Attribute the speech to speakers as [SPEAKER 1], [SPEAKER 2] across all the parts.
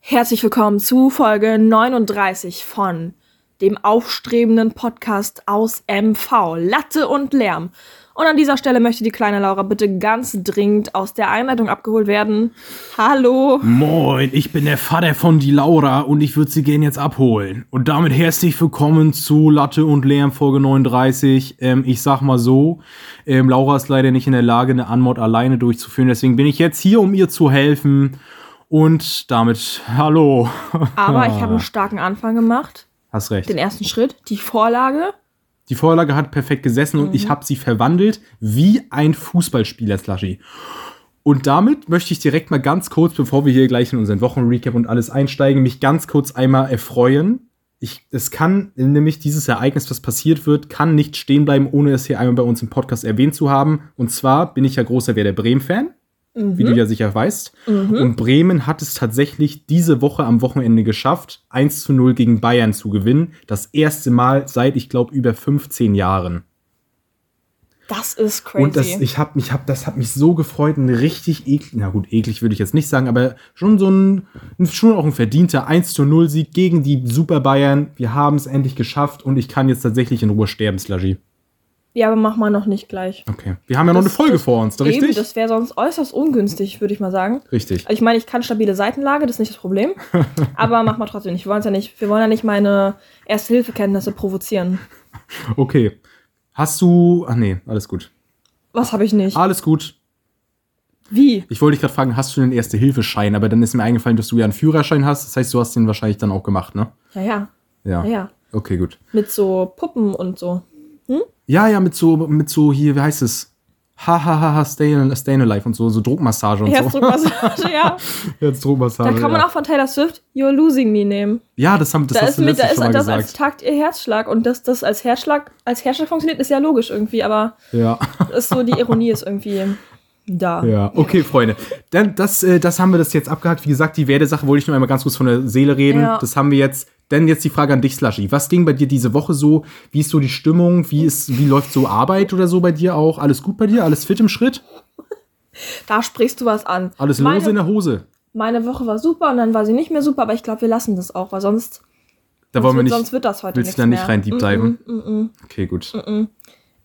[SPEAKER 1] Herzlich willkommen zu Folge 39 von dem aufstrebenden Podcast aus MV, Latte und Lärm. Und an dieser Stelle möchte die kleine Laura bitte ganz dringend aus der Einleitung abgeholt werden. Hallo.
[SPEAKER 2] Moin, ich bin der Vater von die Laura und ich würde sie gern jetzt abholen. Und damit herzlich willkommen zu Latte und Lärm Folge 39. Ähm, ich sag mal so, ähm, Laura ist leider nicht in der Lage, eine Anmod alleine durchzuführen. Deswegen bin ich jetzt hier, um ihr zu helfen. Und damit, hallo.
[SPEAKER 1] Aber ich habe
[SPEAKER 2] Ah.
[SPEAKER 1] einen starken Anfang gemacht.
[SPEAKER 2] Hast recht.
[SPEAKER 1] Den ersten Schritt, die Vorlage.
[SPEAKER 2] Die Vorlage hat perfekt gesessen und ich habe sie verwandelt wie ein Fußballspieler, Slushy. Und damit möchte ich direkt mal ganz kurz, bevor wir hier gleich in unseren Wochenrecap und alles einsteigen, mich ganz kurz einmal erfreuen. Ich, es kann nämlich dieses Ereignis, was passiert wird, kann nicht stehen bleiben, ohne es hier einmal bei uns im Podcast erwähnt zu haben. Und zwar bin ich ja großer Werder Bremen-Fan, wie
[SPEAKER 1] Mhm.
[SPEAKER 2] du ja sicher weißt. Und Bremen hat es tatsächlich diese Woche am Wochenende geschafft, 1 zu 0 gegen Bayern zu gewinnen. Das erste Mal seit, ich glaube, über 15 Jahren.
[SPEAKER 1] Das ist crazy.
[SPEAKER 2] Und das, ich hab, ich hab, das hat mich so gefreut, ein richtig eklig, na gut, eklig würde ich jetzt nicht sagen, aber schon so ein, schon auch ein verdienter 1 zu 0 Sieg gegen die Super Bayern. Wir haben es endlich geschafft und ich kann jetzt tatsächlich in Ruhe sterben, Slagy.
[SPEAKER 1] Ja, aber mach mal noch nicht gleich.
[SPEAKER 2] Okay. Wir haben ja noch eine
[SPEAKER 1] Das-
[SPEAKER 2] Folge
[SPEAKER 1] das-
[SPEAKER 2] vor uns,
[SPEAKER 1] Eben,
[SPEAKER 2] richtig?
[SPEAKER 1] das wäre sonst äußerst ungünstig, würde ich mal sagen.
[SPEAKER 2] Richtig.
[SPEAKER 1] Ich meine, ich kann stabile Seitenlage, das ist nicht das Problem. aber mach mal trotzdem nicht. Wir wollen ja nicht, wir wollen ja nicht meine Erste-Hilfe-Kenntnisse provozieren.
[SPEAKER 2] Okay. Hast du, ach nee, alles gut.
[SPEAKER 1] Was habe ich nicht?
[SPEAKER 2] Alles gut.
[SPEAKER 1] Wie?
[SPEAKER 2] Ich wollte dich gerade fragen, hast du den Erste-Hilfe-Schein? Aber dann ist mir eingefallen, dass du ja einen Führerschein hast. Das heißt, du hast den wahrscheinlich dann auch gemacht, ne?
[SPEAKER 1] Ja, ja.
[SPEAKER 2] Ja.
[SPEAKER 1] Ja, ja.
[SPEAKER 2] Okay, gut.
[SPEAKER 1] Mit so Puppen und so.
[SPEAKER 2] Ja, ja, mit so, mit so hier, wie heißt es? Hahaha, stay, stay alive und so, so Druckmassage und so.
[SPEAKER 1] Herzdruckmassage, ja. Da
[SPEAKER 2] Herzdruckmassage.
[SPEAKER 1] kann man
[SPEAKER 2] ja.
[SPEAKER 1] auch von Taylor Swift You're Losing Me nehmen.
[SPEAKER 2] Ja, das, haben, das
[SPEAKER 1] Da
[SPEAKER 2] hast
[SPEAKER 1] ist,
[SPEAKER 2] du
[SPEAKER 1] mit, da
[SPEAKER 2] letztens
[SPEAKER 1] ist
[SPEAKER 2] schon mal
[SPEAKER 1] das als
[SPEAKER 2] gesagt.
[SPEAKER 1] Takt ihr Herzschlag und dass das als Herzschlag, als Herzschlag funktioniert, ist ja logisch irgendwie, aber
[SPEAKER 2] Ja,
[SPEAKER 1] ist so, die Ironie ist irgendwie da.
[SPEAKER 2] ja. Okay, Freunde. Dann, das, äh, das haben wir das jetzt abgehakt. Wie gesagt, die Werdesache wollte ich nur einmal ganz kurz von der Seele reden.
[SPEAKER 1] Ja.
[SPEAKER 2] Das haben wir jetzt. Dann jetzt die Frage an dich, Slushy. Was ging bei dir diese Woche so? Wie ist so die Stimmung? Wie, ist, wie läuft so Arbeit oder so bei dir auch? Alles gut bei dir? Alles fit im Schritt?
[SPEAKER 1] Da sprichst du was an.
[SPEAKER 2] Alles
[SPEAKER 1] meine,
[SPEAKER 2] lose ne? in der Hose?
[SPEAKER 1] meine Woche war super und dann war sie nicht mehr super, aber ich glaube, wir lassen das auch, weil sonst,
[SPEAKER 2] Da wollen wir
[SPEAKER 1] sonst,
[SPEAKER 2] nicht.
[SPEAKER 1] sonst wird das heute
[SPEAKER 2] willst du
[SPEAKER 1] nichts
[SPEAKER 2] da nicht
[SPEAKER 1] mehr.
[SPEAKER 2] rein deep diven?
[SPEAKER 1] Mm -mm,
[SPEAKER 2] Okay, gut.
[SPEAKER 1] mm -mm.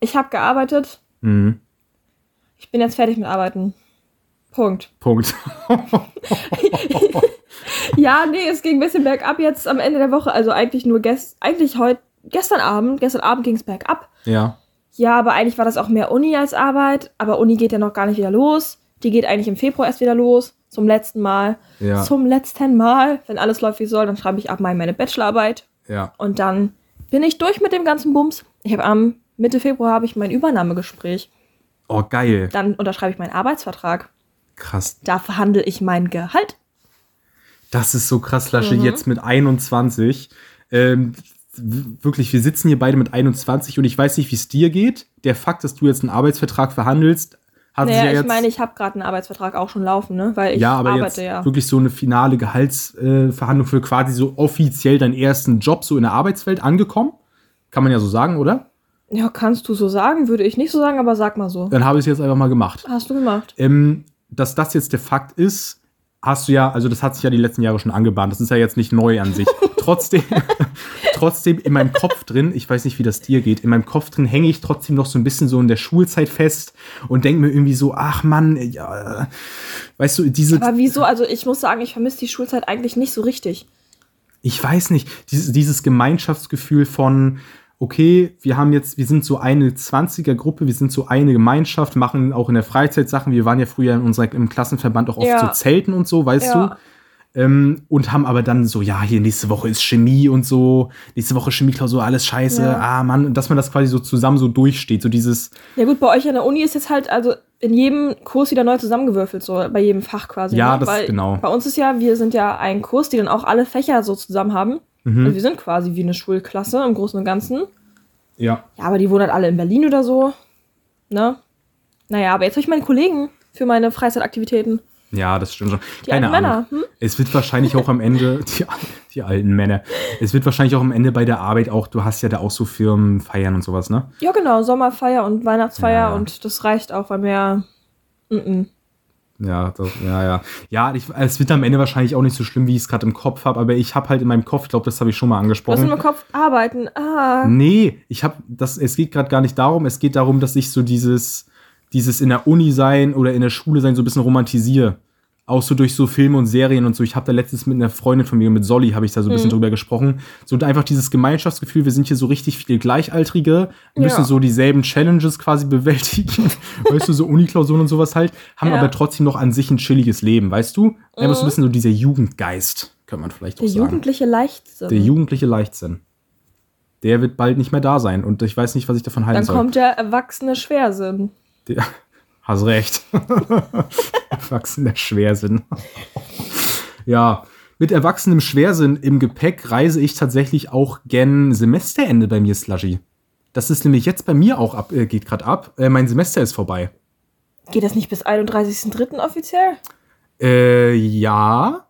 [SPEAKER 1] Ich habe gearbeitet.
[SPEAKER 2] Mhm.
[SPEAKER 1] Ich bin jetzt fertig mit Arbeiten. Punkt.
[SPEAKER 2] Punkt.
[SPEAKER 1] Ja, nee, es ging ein bisschen bergab jetzt am Ende der Woche. Also eigentlich nur gest eigentlich heute, gestern Abend, gestern Abend ging es bergab.
[SPEAKER 2] Ja.
[SPEAKER 1] Ja, aber eigentlich war das auch mehr Uni als Arbeit. Aber Uni geht ja noch gar nicht wieder los. Die geht eigentlich im Februar erst wieder los. Zum letzten Mal.
[SPEAKER 2] Ja.
[SPEAKER 1] Zum letzten Mal. Wenn alles läuft wie es soll, dann schreibe ich ab Mai meine Bachelorarbeit.
[SPEAKER 2] Ja.
[SPEAKER 1] Und dann bin ich durch mit dem ganzen Bums. Ich habe am Mitte Februar habe ich mein Übernahmegespräch.
[SPEAKER 2] Oh, geil.
[SPEAKER 1] Dann unterschreibe ich meinen Arbeitsvertrag.
[SPEAKER 2] Krass.
[SPEAKER 1] Da verhandle ich mein Gehalt.
[SPEAKER 2] Das ist so krass, Lasche,
[SPEAKER 1] Mhm.
[SPEAKER 2] jetzt mit 21. Ähm, w- wirklich, wir sitzen hier beide mit 21 und ich weiß nicht, wie es dir geht. Der Fakt, dass du jetzt einen Arbeitsvertrag verhandelst, hat sich ja
[SPEAKER 1] Naja,
[SPEAKER 2] jetzt.
[SPEAKER 1] ich meine, ich habe gerade einen Arbeitsvertrag auch schon laufen, ne? Weil ich
[SPEAKER 2] ja, aber jetzt
[SPEAKER 1] arbeite ja.
[SPEAKER 2] wirklich so eine finale Gehaltsverhandlung äh, Verhandlung für quasi so offiziell deinen ersten Job so in der Arbeitswelt angekommen. Kann man ja so sagen, oder?
[SPEAKER 1] Ja, kannst du so sagen, würde ich nicht so sagen, aber sag mal so.
[SPEAKER 2] Dann habe ich es jetzt einfach mal gemacht.
[SPEAKER 1] Hast du gemacht?
[SPEAKER 2] Ähm, dass das jetzt der Fakt ist, hast du ja, also das hat sich ja die letzten Jahre schon angebahnt. Das ist ja jetzt nicht neu an sich. trotzdem, trotzdem in meinem Kopf drin, ich weiß nicht, wie das dir geht, in meinem Kopf drin hänge ich trotzdem noch so ein bisschen so in der Schulzeit fest und denke mir irgendwie so, ach Mann, ja, weißt du, diese,
[SPEAKER 1] Aber wieso? Also ich muss sagen, ich vermisse die Schulzeit eigentlich nicht so richtig.
[SPEAKER 2] ich weiß nicht, dieses, dieses Gemeinschaftsgefühl von, okay, wir haben jetzt, wir sind so eine 20er-Gruppe, wir sind so eine Gemeinschaft, machen auch in der Freizeit Sachen. Wir waren ja früher in unserer, im Klassenverband auch oft
[SPEAKER 1] Ja.
[SPEAKER 2] so Zelten und so, weißt
[SPEAKER 1] Ja.
[SPEAKER 2] du? Ähm, und haben aber dann so, ja, hier nächste Woche ist Chemie und so, nächste Woche Chemieklausur, alles scheiße,
[SPEAKER 1] Ja.
[SPEAKER 2] ah Mann, und dass man das quasi so zusammen so durchsteht, so dieses,
[SPEAKER 1] Ja gut, bei euch an der Uni ist jetzt halt also in jedem Kurs wieder neu zusammengewürfelt, so bei jedem Fach quasi.
[SPEAKER 2] Ja,
[SPEAKER 1] ne?
[SPEAKER 2] das-
[SPEAKER 1] Weil
[SPEAKER 2] genau.
[SPEAKER 1] Bei uns ist ja, wir sind ja ein Kurs, die dann auch alle Fächer so zusammen haben.
[SPEAKER 2] Mhm.
[SPEAKER 1] Also wir sind quasi wie eine Schulklasse im Großen und Ganzen.
[SPEAKER 2] ja,
[SPEAKER 1] Ja, aber die wohnen halt alle in Berlin oder so. Ne? Naja, aber jetzt habe ich meine Kollegen für meine Freizeitaktivitäten.
[SPEAKER 2] ja, das stimmt schon.
[SPEAKER 1] Die alten Männer. Hm?
[SPEAKER 2] Es wird wahrscheinlich auch am Ende, die, al- die alten Männer, es wird wahrscheinlich auch am Ende bei der Arbeit auch, du hast ja da auch so Firmen, Feiern und sowas, ne?
[SPEAKER 1] Ja, genau, Sommerfeier und Weihnachtsfeier
[SPEAKER 2] Ja, ja.
[SPEAKER 1] und das reicht auch, weil mehr. Mm -mm.
[SPEAKER 2] Ja, doch, ja, ja. Ja, ich, es wird am Ende wahrscheinlich auch nicht so schlimm, wie ich es gerade im Kopf habe, aber ich habe halt in meinem Kopf, ich glaube, das habe ich schon mal
[SPEAKER 1] Du musst
[SPEAKER 2] angesprochen.
[SPEAKER 1] im Kopf arbeiten. Ah.
[SPEAKER 2] Nee, ich habe das, es geht gerade gar nicht darum, es geht darum, dass ich so dieses, dieses in der Uni sein oder in der Schule sein so ein bisschen romantisiere. Auch so durch so Filme und Serien und so. Ich habe da letztens mit einer Freundin von mir, mit Solly, habe ich da so ein
[SPEAKER 1] Mhm.
[SPEAKER 2] bisschen drüber gesprochen. So einfach dieses Gemeinschaftsgefühl, wir sind hier so richtig viele Gleichaltrige, müssen
[SPEAKER 1] Ja.
[SPEAKER 2] so dieselben Challenges quasi bewältigen. weißt du, so Uniklausuren und sowas halt, haben
[SPEAKER 1] Ja. Mhm.
[SPEAKER 2] aber trotzdem noch an sich ein chilliges Leben, weißt du? Einfach so ein bisschen so dieser Jugendgeist, könnte man vielleicht auch
[SPEAKER 1] Der
[SPEAKER 2] sagen.
[SPEAKER 1] jugendliche Leichtsinn.
[SPEAKER 2] Der jugendliche Leichtsinn. Der wird bald nicht mehr da sein und ich weiß nicht, was ich davon halten
[SPEAKER 1] Dann
[SPEAKER 2] soll.
[SPEAKER 1] kommt der erwachsene Schwersinn.
[SPEAKER 2] Der, hast recht. Erwachsener Schwersinn. ja, mit erwachsenem Schwersinn im Gepäck reise ich tatsächlich auch gen Semesterende bei mir, Slushy. Das ist nämlich jetzt bei mir auch ab, äh, geht gerade ab. Äh, mein Semester ist vorbei.
[SPEAKER 1] Geht das nicht bis 31.03. offiziell?
[SPEAKER 2] Äh, ja.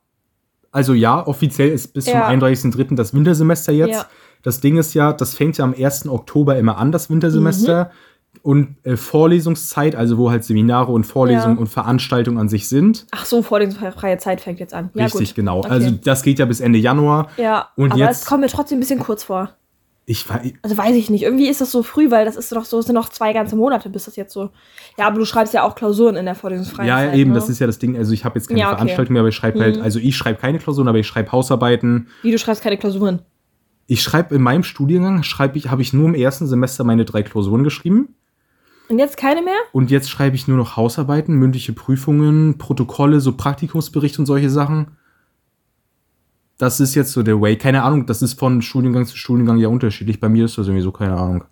[SPEAKER 2] Also ja, offiziell ist bis
[SPEAKER 1] Ja.
[SPEAKER 2] zum 31.03. das Wintersemester jetzt.
[SPEAKER 1] Ja.
[SPEAKER 2] Das Ding ist ja, das fängt ja am 1. Oktober immer an, das Wintersemester.
[SPEAKER 1] Mhm.
[SPEAKER 2] Und äh, Vorlesungszeit, also wo halt Seminare und Vorlesungen
[SPEAKER 1] Ja.
[SPEAKER 2] und Veranstaltungen an sich sind.
[SPEAKER 1] Ach so, vorlesungsfreie Zeit fängt jetzt an. Ja,
[SPEAKER 2] Richtig,
[SPEAKER 1] gut.
[SPEAKER 2] genau.
[SPEAKER 1] Okay.
[SPEAKER 2] Also das geht ja bis Ende Januar.
[SPEAKER 1] ja,
[SPEAKER 2] und
[SPEAKER 1] aber
[SPEAKER 2] jetzt-
[SPEAKER 1] es kommt mir trotzdem ein bisschen kurz vor.
[SPEAKER 2] Ich war,
[SPEAKER 1] Also weiß ich nicht. Irgendwie ist das so früh, weil das ist doch so, es sind noch zwei ganze Monate, bis das jetzt so. Ja, aber du schreibst ja auch Klausuren in der vorlesungsfreien
[SPEAKER 2] ja,
[SPEAKER 1] Zeit.
[SPEAKER 2] ja, eben,
[SPEAKER 1] ne?
[SPEAKER 2] das ist ja das Ding. Also ich habe jetzt keine
[SPEAKER 1] Ja, okay. Mhm.
[SPEAKER 2] Veranstaltung mehr, aber ich schreibe halt, also ich schreibe keine Klausuren, aber ich schreibe Hausarbeiten.
[SPEAKER 1] Wie du schreibst keine Klausuren.
[SPEAKER 2] Ich schreibe in meinem Studiengang, schreibe ich, habe ich nur im ersten Semester meine drei Klausuren geschrieben.
[SPEAKER 1] Und jetzt keine mehr?
[SPEAKER 2] Und jetzt schreibe ich nur noch Hausarbeiten, mündliche Prüfungen, Protokolle, so Praktikumsbericht und solche Sachen. Das ist jetzt so der Way. Keine Ahnung, das ist von Studiengang zu Studiengang ja unterschiedlich. Bei mir ist das irgendwie so, keine Ahnung.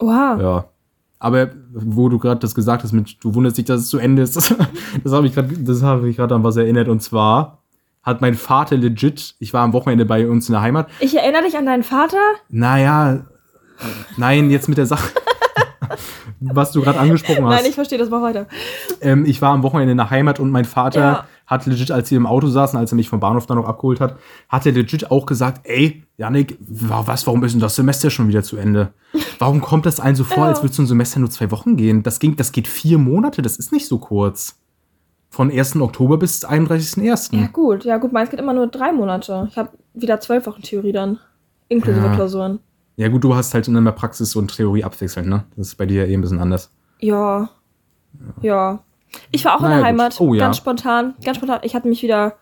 [SPEAKER 1] Oha.
[SPEAKER 2] Ja. Aber wo du gerade das gesagt hast, mit, du wunderst dich, dass es zu Ende ist, das, das habe ich gerade das habe ich gerade an was erinnert. Und zwar hat mein Vater legit, ich war am Wochenende bei uns in der Heimat,
[SPEAKER 1] Ich erinnere dich an deinen Vater.
[SPEAKER 2] naja, nein, jetzt mit der Sache, was du gerade angesprochen hast.
[SPEAKER 1] Nein, ich verstehe das. Mach weiter.
[SPEAKER 2] Ähm, ich war am Wochenende in der Heimat und mein Vater
[SPEAKER 1] Ja.
[SPEAKER 2] hat legit, als wir im Auto saßen, als er mich vom Bahnhof dann noch abgeholt hat, hat er legit auch gesagt, ey, Janik, wa- was, warum ist denn das Semester schon wieder zu Ende? Warum kommt das allen so vor,
[SPEAKER 1] Ja.
[SPEAKER 2] als würde so ein Semester nur zwei Wochen gehen? Das, ging, das geht vier Monate, das ist nicht so kurz. Von 1. Oktober bis 31.01.
[SPEAKER 1] Ja, gut. Ja, gut. Meins geht immer nur drei Monate. Ich habe wieder zwölf Wochen Theorie dann. Inklusive
[SPEAKER 2] Ja.
[SPEAKER 1] Klausuren.
[SPEAKER 2] Ja gut, du hast halt in der Praxis und Theorie abwechselnd, ne? Das ist bei dir ja eh ein bisschen anders.
[SPEAKER 1] Ja. Ja. Ich war auch in
[SPEAKER 2] Naja,
[SPEAKER 1] der
[SPEAKER 2] gut.
[SPEAKER 1] Heimat.
[SPEAKER 2] Oh, ja.
[SPEAKER 1] Ganz spontan. Ganz spontan. Ich hatte mich wieder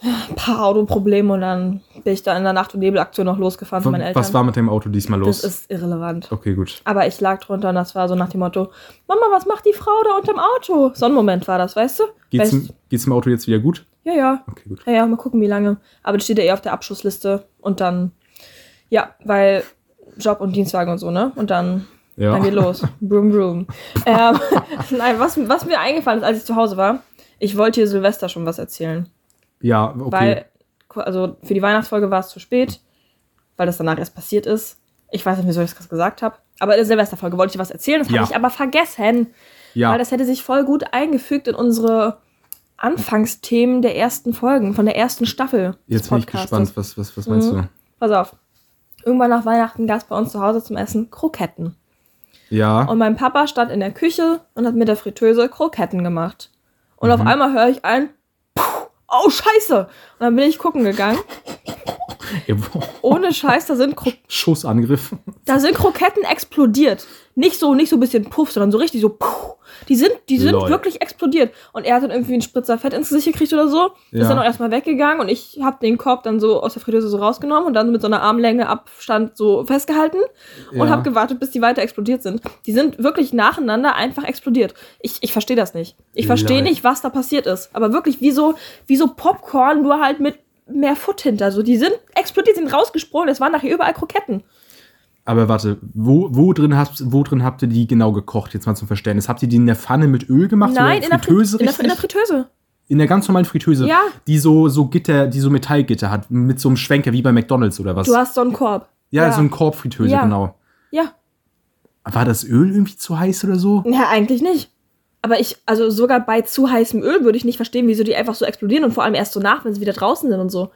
[SPEAKER 1] ein paar Autoprobleme und dann bin ich da in der Nacht- und Nebelaktion noch losgefahren zu meinen Eltern.
[SPEAKER 2] Was war mit deinem Auto diesmal los?
[SPEAKER 1] das ist irrelevant.
[SPEAKER 2] okay, gut.
[SPEAKER 1] Aber ich lag drunter und das war so nach dem Motto: Mama, was macht die Frau da unterm Auto? So ein Moment war das, weißt du?
[SPEAKER 2] Geht's,
[SPEAKER 1] Weißt-
[SPEAKER 2] im- geht's im Auto jetzt wieder gut?
[SPEAKER 1] ja, ja.
[SPEAKER 2] Okay, gut.
[SPEAKER 1] Ja, ja, mal gucken, wie lange. Aber das steht ja eh auf der Abschussliste. Und dann, ja, weil Job und Dienstwagen und so, ne? Und dann,
[SPEAKER 2] Ja.
[SPEAKER 1] dann geht los. Broom, broom. ähm, nein, was, was mir eingefallen ist, als ich zu Hause war, ich wollte dir Silvester schon was erzählen.
[SPEAKER 2] Ja, okay.
[SPEAKER 1] Weil, also für die Weihnachtsfolge war es zu spät, weil das danach erst passiert ist. Ich weiß nicht, wieso ich das gesagt habe. Aber in der Silvesterfolge wollte ich dir was erzählen, das
[SPEAKER 2] Ja.
[SPEAKER 1] habe ich aber vergessen.
[SPEAKER 2] ja.
[SPEAKER 1] Weil das hätte sich voll gut eingefügt in unsere Anfangsthemen der ersten Folgen, von der ersten Staffel. des
[SPEAKER 2] Jetzt bin ich
[SPEAKER 1] Podcastes.
[SPEAKER 2] gespannt, was, was, was meinst
[SPEAKER 1] Mhm. Pass auf. Irgendwann nach Weihnachten gab es bei uns zu Hause zum Essen Kroketten.
[SPEAKER 2] du? Ja.
[SPEAKER 1] Und mein Papa stand in der Küche und hat mit der Fritteuse Kroketten gemacht. Und
[SPEAKER 2] Mhm.
[SPEAKER 1] auf einmal höre ich ein Puh, Oh, scheiße! Und dann bin ich gucken gegangen.
[SPEAKER 2] Ey, boah,
[SPEAKER 1] Ohne Scheiß, da sind, Kro
[SPEAKER 2] Schussangriff.
[SPEAKER 1] da sind Kroketten explodiert. Nicht so, nicht so ein bisschen Puff, sondern so richtig so Puh. Die sind, die sind
[SPEAKER 2] Lol.
[SPEAKER 1] wirklich explodiert. Und er hat dann irgendwie einen Spritzer Fett ins Gesicht gekriegt oder so.
[SPEAKER 2] Ja.
[SPEAKER 1] Ist dann auch erstmal weggegangen und ich habe den Korb dann so aus der Fritteuse so rausgenommen und dann mit so einer Armlänge Abstand so festgehalten. und
[SPEAKER 2] Ja.
[SPEAKER 1] habe gewartet, bis die weiter explodiert sind. Die sind wirklich nacheinander einfach explodiert. Ich, ich verstehe das nicht. Ich verstehe
[SPEAKER 2] Lol.
[SPEAKER 1] nicht, was da passiert ist. Aber wirklich, wie so, wie so Popcorn, nur halt mit mehr Foot hinter. So, die sind explodiert, sind rausgesprungen. Es waren nachher überall Kroketten.
[SPEAKER 2] Aber warte, wo, wo, drin hast, wo drin habt ihr die genau gekocht? Jetzt mal zum Verständnis. Habt ihr die in der Pfanne mit Öl gemacht?
[SPEAKER 1] Nein, in der, Frit-
[SPEAKER 2] Fritteuse
[SPEAKER 1] in, der,
[SPEAKER 2] richtig?
[SPEAKER 1] in der Fritteuse.
[SPEAKER 2] In der ganz normalen Fritteuse.
[SPEAKER 1] Ja.
[SPEAKER 2] Die so, so Gitter, die so Metallgitter hat, mit so einem Schwenker wie bei McDonalds oder was?
[SPEAKER 1] Du hast so einen Korb.
[SPEAKER 2] ja, so ein Korbfritteuse,
[SPEAKER 1] Ja.
[SPEAKER 2] genau.
[SPEAKER 1] Ja.
[SPEAKER 2] War das Öl irgendwie zu heiß oder so?
[SPEAKER 1] Na, eigentlich nicht. Aber ich, also sogar bei zu heißem Öl würde ich nicht verstehen, wieso die einfach so explodieren und vor allem erst so nach, wenn sie wieder draußen sind und so.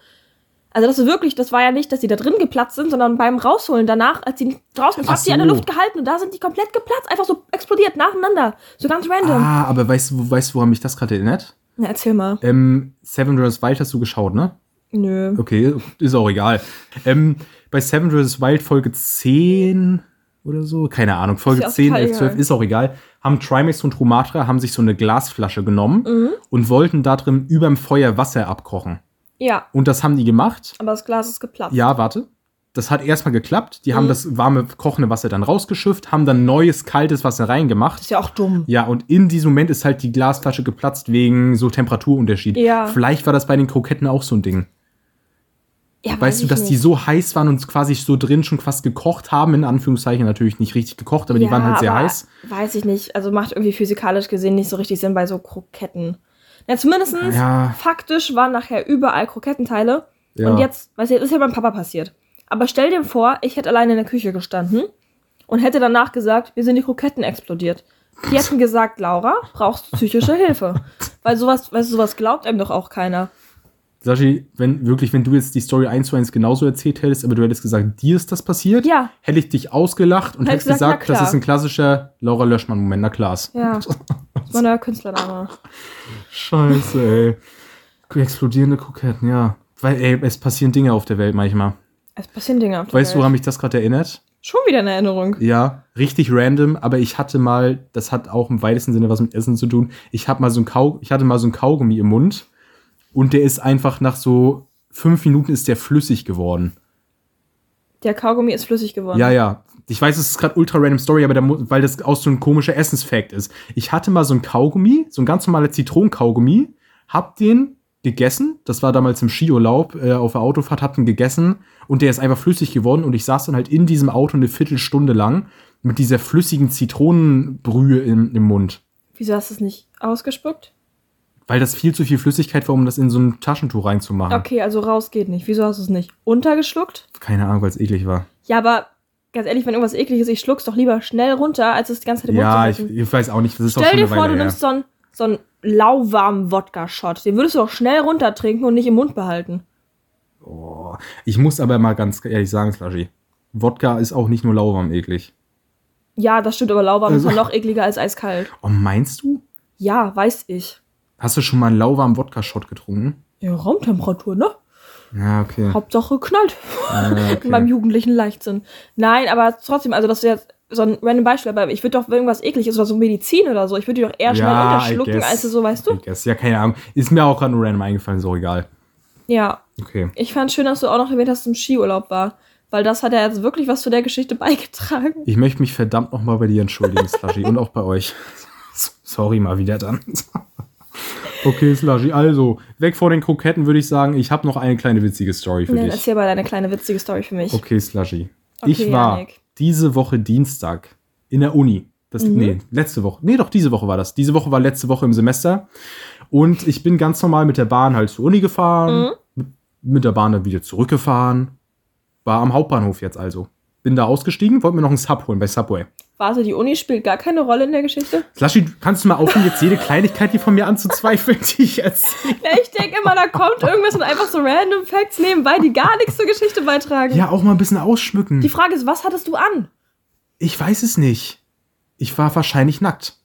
[SPEAKER 1] Also das ist wirklich, das war ja nicht, dass die da drin geplatzt sind, sondern beim Rausholen danach, als die draußen, ich
[SPEAKER 2] Ach
[SPEAKER 1] hab die an der
[SPEAKER 2] so.
[SPEAKER 1] Luft gehalten und da sind die komplett geplatzt, einfach so explodiert, nacheinander. So ganz random.
[SPEAKER 2] Ah, aber weißt du, wo- weißt, du, woran mich das gerade erinnert?
[SPEAKER 1] Na, erzähl mal.
[SPEAKER 2] Ähm, Seven Rivers Wild hast du geschaut, ne?
[SPEAKER 1] Nö.
[SPEAKER 2] Okay, ist auch egal. Ähm, bei Seven vs. Wild Folge 10 oder so, keine Ahnung, Folge
[SPEAKER 1] Ist ja auch
[SPEAKER 2] 10,
[SPEAKER 1] total
[SPEAKER 2] 11, 12,
[SPEAKER 1] egal.
[SPEAKER 2] ist auch egal, haben Trimax und Romatra haben sich so eine Glasflasche genommen
[SPEAKER 1] Mhm.
[SPEAKER 2] und wollten da drin überm Feuer Wasser abkochen.
[SPEAKER 1] Ja,
[SPEAKER 2] Und das haben die gemacht.
[SPEAKER 1] aber das Glas ist geplatzt.
[SPEAKER 2] Ja, warte. Das hat erstmal geklappt.
[SPEAKER 1] Mhm.
[SPEAKER 2] Die haben das warme, kochende Wasser dann rausgeschifft, haben dann neues, kaltes Wasser reingemacht.
[SPEAKER 1] Ist ja auch dumm.
[SPEAKER 2] Ja, und in diesem Moment ist halt die Glasflasche geplatzt wegen so Temperaturunterschied.
[SPEAKER 1] Ja.
[SPEAKER 2] Vielleicht war das bei den Kroketten auch so ein Ding.
[SPEAKER 1] Ja, weiß
[SPEAKER 2] Weißt du,
[SPEAKER 1] ich
[SPEAKER 2] dass die
[SPEAKER 1] nicht.
[SPEAKER 2] so heiß waren und quasi so drin schon fast gekocht haben, in Anführungszeichen natürlich nicht richtig gekocht, aber die waren halt sehr
[SPEAKER 1] aber
[SPEAKER 2] heiß.
[SPEAKER 1] Weiß ich nicht. Also macht irgendwie physikalisch gesehen nicht so richtig Sinn bei so Kroketten. Ja, zumindest
[SPEAKER 2] Ja.
[SPEAKER 1] faktisch waren nachher überall Krokettenteile.
[SPEAKER 2] Ja.
[SPEAKER 1] Und jetzt, weißt du, jetzt ist ja beim Papa passiert. Aber stell dir vor, ich hätte alleine in der Küche gestanden und hätte danach gesagt, mir sind die Kroketten explodiert. Die hätten gesagt, Laura, brauchst du psychische Hilfe. Weil sowas, weißt du, sowas glaubt einem doch auch keiner.
[SPEAKER 2] Sashi, wenn wirklich, wenn du jetzt die Story eins zu eins genauso erzählt hättest, aber du hättest gesagt, dir ist das passiert,
[SPEAKER 1] Ja.
[SPEAKER 2] hätte ich dich ausgelacht und
[SPEAKER 1] Hätte
[SPEAKER 2] hätte
[SPEAKER 1] gesagt, na
[SPEAKER 2] gesagt, das
[SPEAKER 1] klar.
[SPEAKER 2] ist ein klassischer Laura Löschmann-Moment, na klar.
[SPEAKER 1] Ja. Das ist mein neuer Künstlername.
[SPEAKER 2] Scheiße, ey. Explodierende Kroketten, ja. Weil, ey, es passieren Dinge auf der Welt manchmal.
[SPEAKER 1] Es passieren Dinge auf der
[SPEAKER 2] Weißt du,
[SPEAKER 1] Welt.
[SPEAKER 2] woran mich das gerade erinnert?
[SPEAKER 1] Schon wieder eine Erinnerung.
[SPEAKER 2] Ja, richtig random, aber ich hatte mal, das hat auch im weitesten Sinne was mit Essen zu tun. Ich hab mal so ein Kau, ich hatte mal so ein Kaugummi im Mund und der ist einfach nach so fünf Minuten ist der flüssig geworden.
[SPEAKER 1] Der Kaugummi ist flüssig geworden.
[SPEAKER 2] Ja, ja. Ich weiß, es ist gerade ultra random Story, aber da, mu- weil das auch so ein komischer Essensfact ist. Ich hatte mal so ein Kaugummi, so ein ganz normaler Zitronenkaugummi, hab den gegessen, das war damals im Skiurlaub äh, auf der Autofahrt, hab den gegessen und der ist einfach flüssig geworden und ich saß dann halt in diesem Auto eine Viertelstunde lang mit dieser flüssigen Zitronenbrühe im, im Mund.
[SPEAKER 1] Wieso hast du es nicht ausgespuckt?
[SPEAKER 2] Weil das viel zu viel Flüssigkeit war, um das in so ein Taschentuch reinzumachen.
[SPEAKER 1] Okay, also raus geht nicht. Wieso hast du es nicht untergeschluckt?
[SPEAKER 2] Keine Ahnung, weil es eklig war.
[SPEAKER 1] Ja, aber ganz ehrlich, wenn irgendwas eklig ist, ich schluck's doch lieber schnell runter, als es die ganze Zeit im Mund zu
[SPEAKER 2] Ja, ich,
[SPEAKER 1] halten.
[SPEAKER 2] ich weiß auch nicht, das ist auch
[SPEAKER 1] Stell
[SPEAKER 2] schon
[SPEAKER 1] dir
[SPEAKER 2] eine
[SPEAKER 1] vor,
[SPEAKER 2] Weile
[SPEAKER 1] du
[SPEAKER 2] her.
[SPEAKER 1] nimmst so einen, so einen lauwarmen Wodka-Shot. Den würdest du doch schnell runtertrinken und nicht im Mund behalten.
[SPEAKER 2] Oh, ich muss aber mal ganz ehrlich sagen, Slushy, Wodka ist auch nicht nur lauwarm eklig.
[SPEAKER 1] Ja, das stimmt, aber lauwarm ist
[SPEAKER 2] Also-
[SPEAKER 1] dann noch ekliger als eiskalt.
[SPEAKER 2] Oh, meinst du?
[SPEAKER 1] Ja, weiß ich.
[SPEAKER 2] Hast du schon mal einen lauwarmen Wodka-Shot getrunken?
[SPEAKER 1] Ja, Raumtemperatur, ne?
[SPEAKER 2] Ja, okay.
[SPEAKER 1] Hauptsache knallt.
[SPEAKER 2] Ah, Ja,
[SPEAKER 1] in meinem
[SPEAKER 2] okay.
[SPEAKER 1] jugendlichen Leichtsinn. Nein, aber trotzdem, also das wäre jetzt so ein random Beispiel, aber ich würde doch, wenn irgendwas eklig ist oder so Medizin oder so, ich würde die doch eher schnell
[SPEAKER 2] Ja, I
[SPEAKER 1] unterschlucken,
[SPEAKER 2] guess.
[SPEAKER 1] als so, weißt
[SPEAKER 2] I
[SPEAKER 1] du?
[SPEAKER 2] guess. Ja, keine Ahnung. Ist mir auch gerade nur random eingefallen, so egal.
[SPEAKER 1] Ja,
[SPEAKER 2] Okay.
[SPEAKER 1] ich fand schön, dass du auch noch erwähnt hast, dass du im Skiurlaub war, weil das hat ja jetzt wirklich was zu der Geschichte beigetragen.
[SPEAKER 2] Ich möchte mich verdammt nochmal bei dir entschuldigen, Slushy, und auch bei euch. Sorry mal wieder dann. okay, Slushy, also, weg vor den Kroketten würde ich sagen, ich habe noch eine kleine witzige Story für
[SPEAKER 1] Dann
[SPEAKER 2] dich.
[SPEAKER 1] erzähl mal deine kleine witzige Story für mich.
[SPEAKER 2] Okay, Slushy.
[SPEAKER 1] Okay,
[SPEAKER 2] ich war
[SPEAKER 1] Janik. Mhm.
[SPEAKER 2] diese Woche Dienstag in der Uni. Das, Nee, letzte Woche. Nee, doch, diese Woche war das. Diese Woche war letzte Woche im Semester. Und ich bin ganz normal mit der Bahn halt zur Uni gefahren,
[SPEAKER 1] Mhm.
[SPEAKER 2] mit- mit der Bahn dann wieder zurückgefahren. War am Hauptbahnhof jetzt also. Bin da ausgestiegen, wollte mir noch einen Sub holen bei Subway.
[SPEAKER 1] Warte, die Uni spielt gar keine Rolle in der Geschichte?
[SPEAKER 2] Slushy, kannst du mal aufhören, jetzt jede Kleinigkeit, die von mir anzuzweifeln, die ich erzähle?
[SPEAKER 1] Ja, ich denke immer, da kommt irgendwas und einfach so random Facts nebenbei, die gar nichts zur Geschichte beitragen.
[SPEAKER 2] Ja, auch mal ein bisschen ausschmücken.
[SPEAKER 1] Die Frage ist, was hattest du an?
[SPEAKER 2] Ich weiß es nicht. Ich war wahrscheinlich nackt.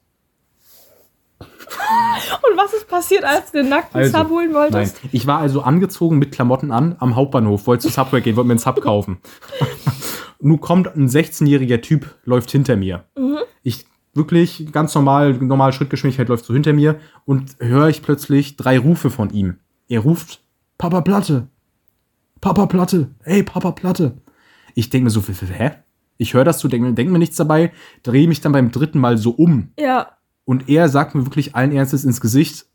[SPEAKER 1] Und was ist passiert, als du den nackten
[SPEAKER 2] Also,
[SPEAKER 1] Sub holen
[SPEAKER 2] Nein,
[SPEAKER 1] wolltest?
[SPEAKER 2] ich war also angezogen mit Klamotten an am Hauptbahnhof, wollte zu Subway gehen, wollte mir einen Sub kaufen. Nun kommt ein 16-jähriger Typ, läuft hinter mir. Ich wirklich ganz normal, normal Schrittgeschwindigkeit läuft so hinter mir und höre ich plötzlich drei Rufe von ihm. Er ruft, Papa Platte, Papa Platte, ey Papa Platte. Ich denke mir so, hä? Ich höre das so, denke denk mir nichts dabei, drehe mich dann beim dritten Mal so um.
[SPEAKER 1] Ja,
[SPEAKER 2] Und er sagt mir wirklich allen Ernstes ins Gesicht,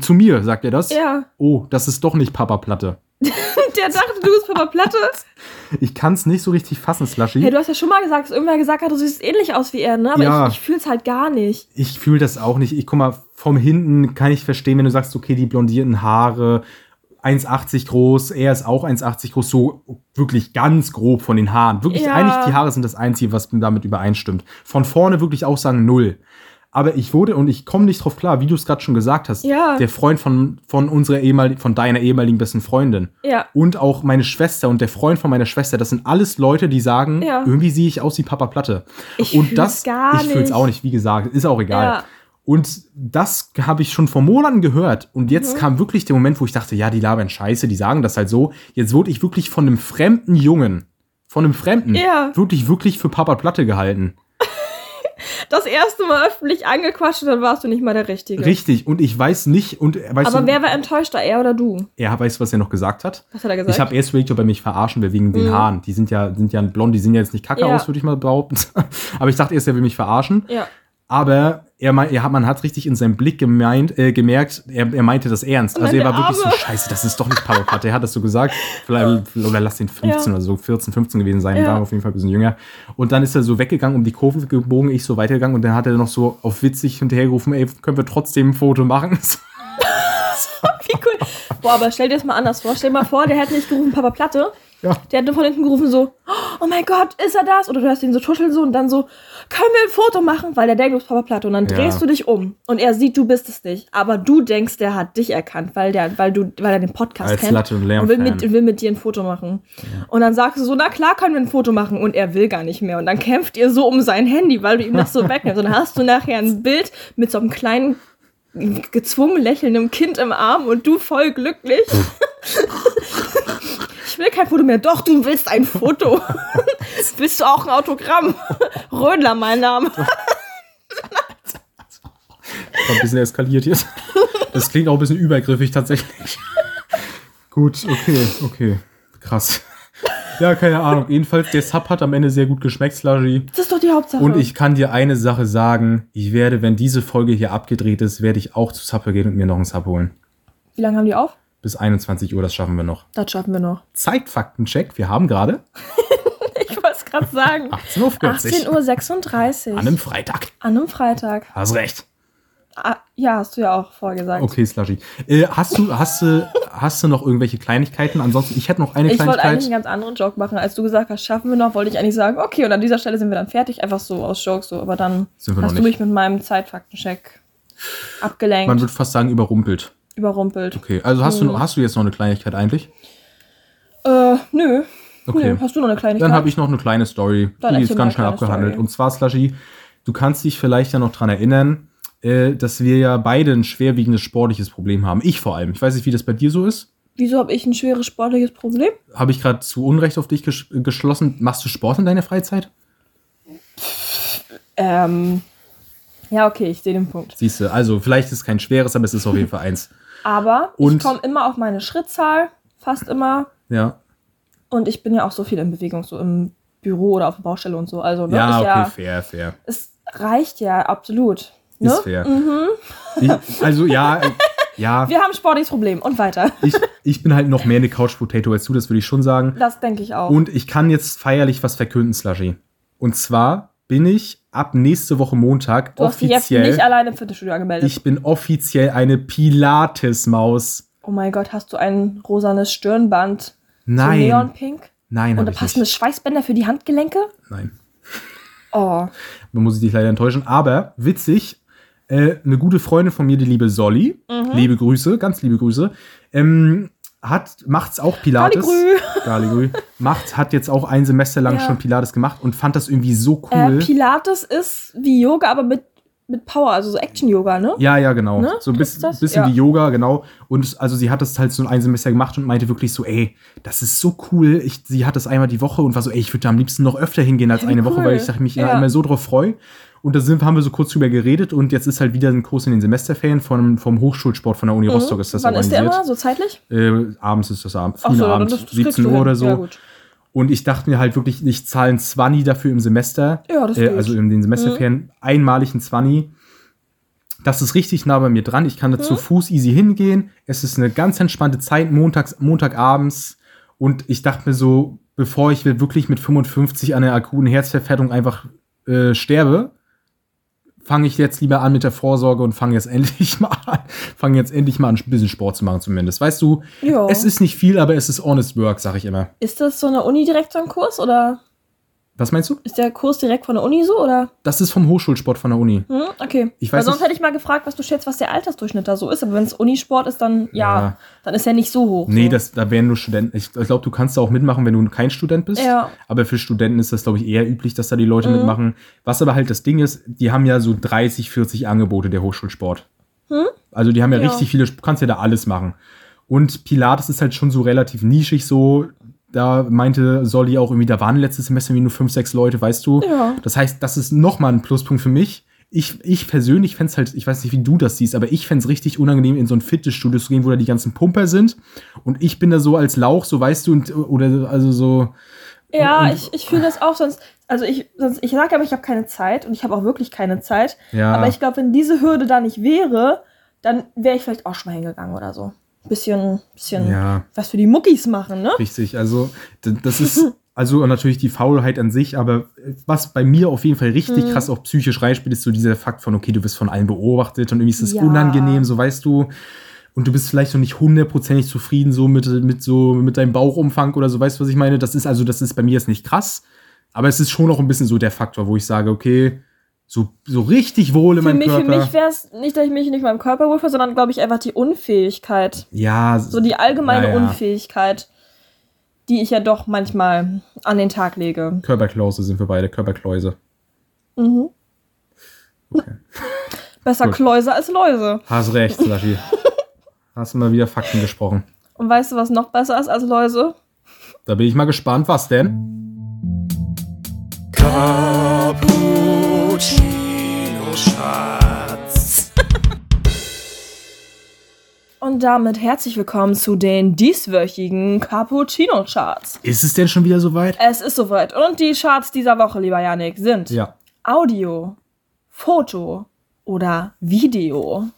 [SPEAKER 2] zu mir sagt er das.
[SPEAKER 1] ja.
[SPEAKER 2] Oh, das ist doch nicht Papa Platte.
[SPEAKER 1] Der dachte, du bist Papa Platte.
[SPEAKER 2] Ich kann es nicht so richtig fassen, Slushy.
[SPEAKER 1] Hey, du hast ja schon mal gesagt, dass irgendwer gesagt hat, du siehst ähnlich aus wie er, ne? Aber
[SPEAKER 2] Ja.
[SPEAKER 1] ich, ich fühl's halt gar nicht.
[SPEAKER 2] ich fühle das auch nicht. Ich guck mal, vom hinten kann ich verstehen, wenn du sagst, okay, die blondierten Haare, 1,80 groß, er ist auch 1,80 groß, so wirklich ganz grob von den Haaren. Wirklich,
[SPEAKER 1] Ja.
[SPEAKER 2] eigentlich die Haare sind das Einzige, was damit übereinstimmt. Von vorne wirklich auch sagen null. Aber ich wurde, und ich komme nicht drauf klar, wie du es gerade schon gesagt hast,
[SPEAKER 1] Ja.
[SPEAKER 2] der Freund von, von unserer ehemaligen, von deiner ehemaligen besten Freundin.
[SPEAKER 1] Ja.
[SPEAKER 2] Und auch meine Schwester und der Freund von meiner Schwester, das sind alles Leute, die sagen,
[SPEAKER 1] Ja.
[SPEAKER 2] irgendwie sehe ich aus wie Papa Platte.
[SPEAKER 1] Ich fühl's
[SPEAKER 2] und das,
[SPEAKER 1] gar
[SPEAKER 2] ich fühle es
[SPEAKER 1] nicht.
[SPEAKER 2] auch nicht, wie gesagt, ist auch egal.
[SPEAKER 1] Ja.
[SPEAKER 2] Und das habe ich schon vor Monaten gehört. Und
[SPEAKER 1] Mhm.
[SPEAKER 2] jetzt kam wirklich der Moment, wo ich dachte, ja, die labern Scheiße, die sagen das halt so. Jetzt wurde ich wirklich von einem fremden Jungen, von einem Fremden,
[SPEAKER 1] Ja.
[SPEAKER 2] wirklich, wirklich für Papa Platte gehalten.
[SPEAKER 1] Das erste Mal öffentlich angequatscht und dann warst du nicht mal der Richtige.
[SPEAKER 2] Richtig. Und ich weiß nicht, und äh, weißt
[SPEAKER 1] Aber
[SPEAKER 2] du,
[SPEAKER 1] wer war enttäuschter, er oder du?
[SPEAKER 2] er weiß, was er noch gesagt hat.
[SPEAKER 1] Was hat er gesagt?
[SPEAKER 2] Ich habe erst überlegt, ob er mich verarschen will wegen den Haaren. Die sind ja, sind ja blond, die sehen ja jetzt nicht kacke
[SPEAKER 1] Mhm. Ja.
[SPEAKER 2] aus, würde ich mal behaupten. Aber ich dachte erst, er will mich verarschen.
[SPEAKER 1] ja.
[SPEAKER 2] Aber er, mei- er hat, man hat richtig in seinem Blick gemeint, äh, gemerkt, er, er meinte das ernst.
[SPEAKER 1] Und
[SPEAKER 2] Also er
[SPEAKER 1] dann
[SPEAKER 2] war
[SPEAKER 1] der
[SPEAKER 2] wirklich so,
[SPEAKER 1] Arme.
[SPEAKER 2] scheiße, das ist doch nicht Papa Platte. Er hat das so gesagt. Vielleicht, oder lass ihn 15
[SPEAKER 1] Ja.
[SPEAKER 2] oder so, 14, 15 gewesen sein.
[SPEAKER 1] Ja.
[SPEAKER 2] War auf jeden Fall ein bisschen jünger. Und dann ist er so weggegangen, um die Kurve gebogen, ich so weitergegangen. Und dann hat er noch so auf witzig hinterhergerufen, ey, können wir trotzdem ein Foto machen?
[SPEAKER 1] Wie cool. Boah, aber stell dir das mal anders vor. Stell dir mal vor, der hätte nicht gerufen Papa Platte.
[SPEAKER 2] ja.
[SPEAKER 1] Der hat nur von hinten gerufen so, oh mein Gott, ist er das? Oder du hast ihn so tuscheln so und dann so, können wir ein Foto machen? Weil der denkt, du bist Papa Platte. Und dann
[SPEAKER 2] Ja.
[SPEAKER 1] drehst du dich um und er sieht, du bist es nicht. Aber du denkst, der hat dich erkannt, weil, der, weil, du, weil er den Podcast
[SPEAKER 2] Als
[SPEAKER 1] kennt.
[SPEAKER 2] Latte- und
[SPEAKER 1] will mit,
[SPEAKER 2] Lärm-Fan.
[SPEAKER 1] will mit dir ein Foto machen. Und dann sagst du so, na klar können wir ein Foto machen. Und er will gar nicht mehr. Und dann kämpft ihr so um sein Handy, weil du ihm das so wegnimmst. Und dann hast du nachher ein Bild mit so einem kleinen gezwungen lächelndem Kind im Arm und du voll glücklich. Ich will kein Foto mehr. Doch, du willst ein Foto. Bist du auch ein Autogramm? Rödler, mein Name.
[SPEAKER 2] War ein bisschen eskaliert jetzt. Das klingt auch ein bisschen übergriffig tatsächlich. Gut, okay, okay. Krass. Ja, keine Ahnung. Jedenfalls, der Sub hat am Ende sehr gut geschmeckt, Slushy.
[SPEAKER 1] Das ist doch die Hauptsache.
[SPEAKER 2] Und ich kann dir eine Sache sagen. Ich werde, wenn diese Folge hier abgedreht ist, werde ich auch zu Suppe gehen und mir noch einen Sub holen.
[SPEAKER 1] Wie lange haben die auf?
[SPEAKER 2] Bis 21 Uhr, das schaffen wir noch.
[SPEAKER 1] Das schaffen wir noch.
[SPEAKER 2] Zeitfaktencheck. Wir haben gerade
[SPEAKER 1] Ich wollte es gerade sagen.
[SPEAKER 2] 18.40 Uhr.
[SPEAKER 1] 18.36 Uhr.
[SPEAKER 2] An einem Freitag.
[SPEAKER 1] An einem Freitag.
[SPEAKER 2] Hast recht.
[SPEAKER 1] Ah, ja, hast du ja auch vorgesagt.
[SPEAKER 2] Okay, Slushy. Äh, hast, du, hast, du, hast du noch irgendwelche Kleinigkeiten? Ansonsten, ich hätte noch eine
[SPEAKER 1] Ich wollte
[SPEAKER 2] Kleinigkeit.
[SPEAKER 1] eigentlich einen ganz anderen Joke machen. Als du gesagt hast, schaffen wir noch, wollte ich eigentlich sagen, okay, und an dieser Stelle sind wir dann fertig. Einfach so aus Jokes so. Aber dann
[SPEAKER 2] Sind wir noch
[SPEAKER 1] hast du mich
[SPEAKER 2] nicht.
[SPEAKER 1] mit meinem Zeitfaktencheck abgelenkt,
[SPEAKER 2] Man würde fast sagen, überrumpelt.
[SPEAKER 1] überrumpelt.
[SPEAKER 2] Okay, also hast,
[SPEAKER 1] Hm.
[SPEAKER 2] du, hast du jetzt noch eine Kleinigkeit eigentlich?
[SPEAKER 1] Äh, nö.
[SPEAKER 2] Okay.
[SPEAKER 1] Nö. Hast du noch eine Kleinigkeit?
[SPEAKER 2] Dann habe ich noch eine kleine Story,
[SPEAKER 1] Dann erzähl
[SPEAKER 2] die ist
[SPEAKER 1] mal
[SPEAKER 2] ganz schnell
[SPEAKER 1] eine kleine
[SPEAKER 2] abgehandelt.
[SPEAKER 1] Story.
[SPEAKER 2] Und zwar, Slushy, du kannst dich vielleicht ja noch dran erinnern, äh, dass wir ja beide ein schwerwiegendes sportliches Problem haben. Ich vor allem. Ich weiß nicht, wie das bei dir so ist.
[SPEAKER 1] Wieso habe ich ein schweres sportliches Problem?
[SPEAKER 2] Habe ich gerade zu Unrecht auf dich gesch geschlossen. Machst du Sport in deiner Freizeit?
[SPEAKER 1] Ähm. Ja, okay, ich sehe den Punkt.
[SPEAKER 2] Siehst du, also vielleicht ist es kein schweres, aber es ist auf jeden Fall eins.
[SPEAKER 1] Aber ich
[SPEAKER 2] Und-
[SPEAKER 1] komme immer auf meine Schrittzahl, fast immer.
[SPEAKER 2] Ja.
[SPEAKER 1] Und ich bin ja auch so viel in Bewegung, so im Büro oder auf der Baustelle und so. Also, ne,
[SPEAKER 2] Ja,
[SPEAKER 1] ist
[SPEAKER 2] okay,
[SPEAKER 1] ja,
[SPEAKER 2] fair, fair.
[SPEAKER 1] es reicht ja absolut. Ne?
[SPEAKER 2] Ist fair. Ich, also ja, äh, ja.
[SPEAKER 1] Wir haben ein sportliches Problem und weiter.
[SPEAKER 2] Ich, ich bin halt noch mehr eine Couch Potato als du, das würde ich schon sagen.
[SPEAKER 1] Das denke ich auch.
[SPEAKER 2] Und ich kann jetzt feierlich was verkünden, Slushy. Und zwar bin ich ab nächste Woche Montag
[SPEAKER 1] du hast dich jetzt nicht
[SPEAKER 2] offiziell.
[SPEAKER 1] alleine im Fitnessstudio angemeldet.
[SPEAKER 2] Ich bin offiziell eine Pilates-Maus.
[SPEAKER 1] oh mein Gott, hast du ein rosanes Stirnband?
[SPEAKER 2] Nein.
[SPEAKER 1] So Neonpink?
[SPEAKER 2] Nein,
[SPEAKER 1] Und
[SPEAKER 2] hab ich
[SPEAKER 1] passende
[SPEAKER 2] nicht.
[SPEAKER 1] Schweißbänder für die Handgelenke?
[SPEAKER 2] Nein.
[SPEAKER 1] Oh.
[SPEAKER 2] Man muss ich dich leider enttäuschen. Aber witzig, äh, eine gute Freundin von mir, die liebe Solly,
[SPEAKER 1] Mhm.
[SPEAKER 2] liebe Grüße, ganz liebe Grüße, ähm, hat, macht's auch Pilates.
[SPEAKER 1] Galigrü.
[SPEAKER 2] Galigrü. Macht, hat jetzt auch ein Semester lang
[SPEAKER 1] Ja.
[SPEAKER 2] schon Pilates gemacht und fand das irgendwie so
[SPEAKER 1] Äh,
[SPEAKER 2] cool.
[SPEAKER 1] Pilates ist wie Yoga, aber mit, mit Power, also so Action-Yoga, ne?
[SPEAKER 2] Ja, ja, genau.
[SPEAKER 1] Ne?
[SPEAKER 2] So ein
[SPEAKER 1] Trifft's
[SPEAKER 2] bisschen,
[SPEAKER 1] das?
[SPEAKER 2] bisschen
[SPEAKER 1] Ja.
[SPEAKER 2] wie Yoga, genau. Und also sie hat das halt so ein Semester gemacht und meinte wirklich so, ey, das ist so cool. Ich, sie hat das einmal die Woche und war so, ey, ich würde da am liebsten noch öfter hingehen als
[SPEAKER 1] Ja, wie
[SPEAKER 2] eine
[SPEAKER 1] cool.
[SPEAKER 2] Woche, weil ich sag, mich
[SPEAKER 1] Ja.
[SPEAKER 2] ja. immer so drauf freue. Und da sind, haben wir so kurz drüber geredet und jetzt ist halt wieder ein Kurs in den Semesterferien vom, vom Hochschulsport von der Uni Rostock ist das
[SPEAKER 1] Mhm. Wann ist der
[SPEAKER 2] organisiert.
[SPEAKER 1] immer? So zeitlich?
[SPEAKER 2] äh, abends ist das Abend, frühen
[SPEAKER 1] Ach so, dann
[SPEAKER 2] Abend,
[SPEAKER 1] das- das kriegst
[SPEAKER 2] 17
[SPEAKER 1] du
[SPEAKER 2] Uhr
[SPEAKER 1] hin.
[SPEAKER 2] oder so.
[SPEAKER 1] Ja, gut.
[SPEAKER 2] Und ich dachte mir halt wirklich, ich zahle einen 20 dafür im Semester.
[SPEAKER 1] Ja, das Mhm.
[SPEAKER 2] äh,
[SPEAKER 1] geht.
[SPEAKER 2] Also in den Semesterferien einmalig einen 20. Das ist richtig nah bei mir dran. Ich kann da
[SPEAKER 1] Mhm.
[SPEAKER 2] zu Fuß easy hingehen. Es ist eine ganz entspannte Zeit, montags, Montagabends. Und ich dachte mir so, bevor ich wirklich mit 55 an einer akuten Herzverfettung einfach äh, sterbe, fange ich jetzt lieber an mit der Vorsorge und fange jetzt endlich mal an, fange jetzt endlich mal an, ein bisschen Sport zu machen zumindest. Weißt du,
[SPEAKER 1] Ja.
[SPEAKER 2] es ist nicht viel, aber es ist honest work, sag ich immer.
[SPEAKER 1] Ist das so eine Uni direkt so ein Kurs oder?
[SPEAKER 2] Was meinst du?
[SPEAKER 1] Ist der Kurs direkt von der Uni so oder?
[SPEAKER 2] Das ist vom Hochschulsport von der Uni.
[SPEAKER 1] Hm, okay.
[SPEAKER 2] Ich
[SPEAKER 1] Weil
[SPEAKER 2] weiß
[SPEAKER 1] sonst
[SPEAKER 2] nicht-
[SPEAKER 1] hätte ich mal gefragt, was du schätzt, was der Altersdurchschnitt da so ist. Aber wenn es Unisport ist, dann ja,
[SPEAKER 2] Ja.
[SPEAKER 1] dann ist er nicht so hoch.
[SPEAKER 2] Nee,
[SPEAKER 1] so.
[SPEAKER 2] das, da wären nur Studenten. Ich, ich glaube, du kannst da auch mitmachen, wenn du kein Student bist.
[SPEAKER 1] Ja. Mhm.
[SPEAKER 2] Aber für Studenten ist das, glaube ich, eher üblich, dass da die Leute mitmachen. Was aber halt das Ding ist, die haben ja so 30, 40 Angebote der Hochschulsport. Also die haben ja,
[SPEAKER 1] Hm? Ja.
[SPEAKER 2] richtig viele, du kannst ja da alles machen. Und Pilates ist halt schon so relativ nischig so. Da meinte Solly auch irgendwie, da waren letztes Semester irgendwie nur fünf, sechs Leute, weißt du?
[SPEAKER 1] Ja.
[SPEAKER 2] Das heißt, das ist nochmal ein Pluspunkt für mich. Ich, ich persönlich fänd's halt, ich weiß nicht, wie du das siehst, aber ich fänd's richtig unangenehm, in so ein Fitnessstudio zu gehen, wo da die ganzen Pumper sind. Und ich bin da so als Lauch, so weißt du, und, oder also so,
[SPEAKER 1] Ja,
[SPEAKER 2] Und-
[SPEAKER 1] ich, ich fühle das auch sonst. Also ich, sonst, ich sage aber, ich habe keine Zeit und ich habe auch wirklich keine Zeit.
[SPEAKER 2] Ja.
[SPEAKER 1] Aber ich glaube, wenn diese Hürde da nicht wäre, dann wäre ich vielleicht auch schon mal hingegangen oder so. Bisschen, bisschen
[SPEAKER 2] Ja.
[SPEAKER 1] was für die Muckis machen, ne?
[SPEAKER 2] richtig, also d- das ist, also natürlich die Faulheit an sich, aber äh, was bei mir auf jeden Fall
[SPEAKER 1] Mhm.
[SPEAKER 2] richtig krass auch psychisch reinspielt, ist so dieser Fakt von, okay, du wirst von allen beobachtet und irgendwie ist es
[SPEAKER 1] Ja.
[SPEAKER 2] unangenehm, so weißt du. Und du bist vielleicht noch nicht hundertprozentig zufrieden so mit, mit so mit deinem Bauchumfang oder so, weißt du, was ich meine? Das ist also, das ist bei mir jetzt nicht krass, aber es ist schon noch ein bisschen so der Faktor, wo ich sage, okay, so, so richtig wohl in
[SPEAKER 1] Für
[SPEAKER 2] meinem
[SPEAKER 1] mich, für
[SPEAKER 2] Körper.
[SPEAKER 1] mich wäre es nicht, dass ich mich nicht meinem Körper wohlfühle, sondern glaube ich einfach die Unfähigkeit.
[SPEAKER 2] ja,
[SPEAKER 1] So die allgemeine
[SPEAKER 2] Ja, ja.
[SPEAKER 1] Unfähigkeit, die ich ja doch manchmal an den Tag lege.
[SPEAKER 2] Körperklause sind wir beide, Körperkläuse.
[SPEAKER 1] Mhm.
[SPEAKER 2] Okay.
[SPEAKER 1] Besser
[SPEAKER 2] Gut.
[SPEAKER 1] Kläuse als Läuse.
[SPEAKER 2] Hast recht, Slashy. Hast mal wieder Fakten gesprochen.
[SPEAKER 1] Und weißt du, was noch besser ist als Läuse?
[SPEAKER 2] Da bin ich mal gespannt, was denn?
[SPEAKER 3] Cappuccino Schatz.
[SPEAKER 1] Und damit herzlich willkommen zu den dieswöchigen Cappuccino-Charts.
[SPEAKER 2] Ist es denn schon wieder soweit?
[SPEAKER 1] Es ist soweit. Und die Charts dieser Woche, lieber Yannick, sind
[SPEAKER 2] Ja.
[SPEAKER 1] Audio, Foto oder Video.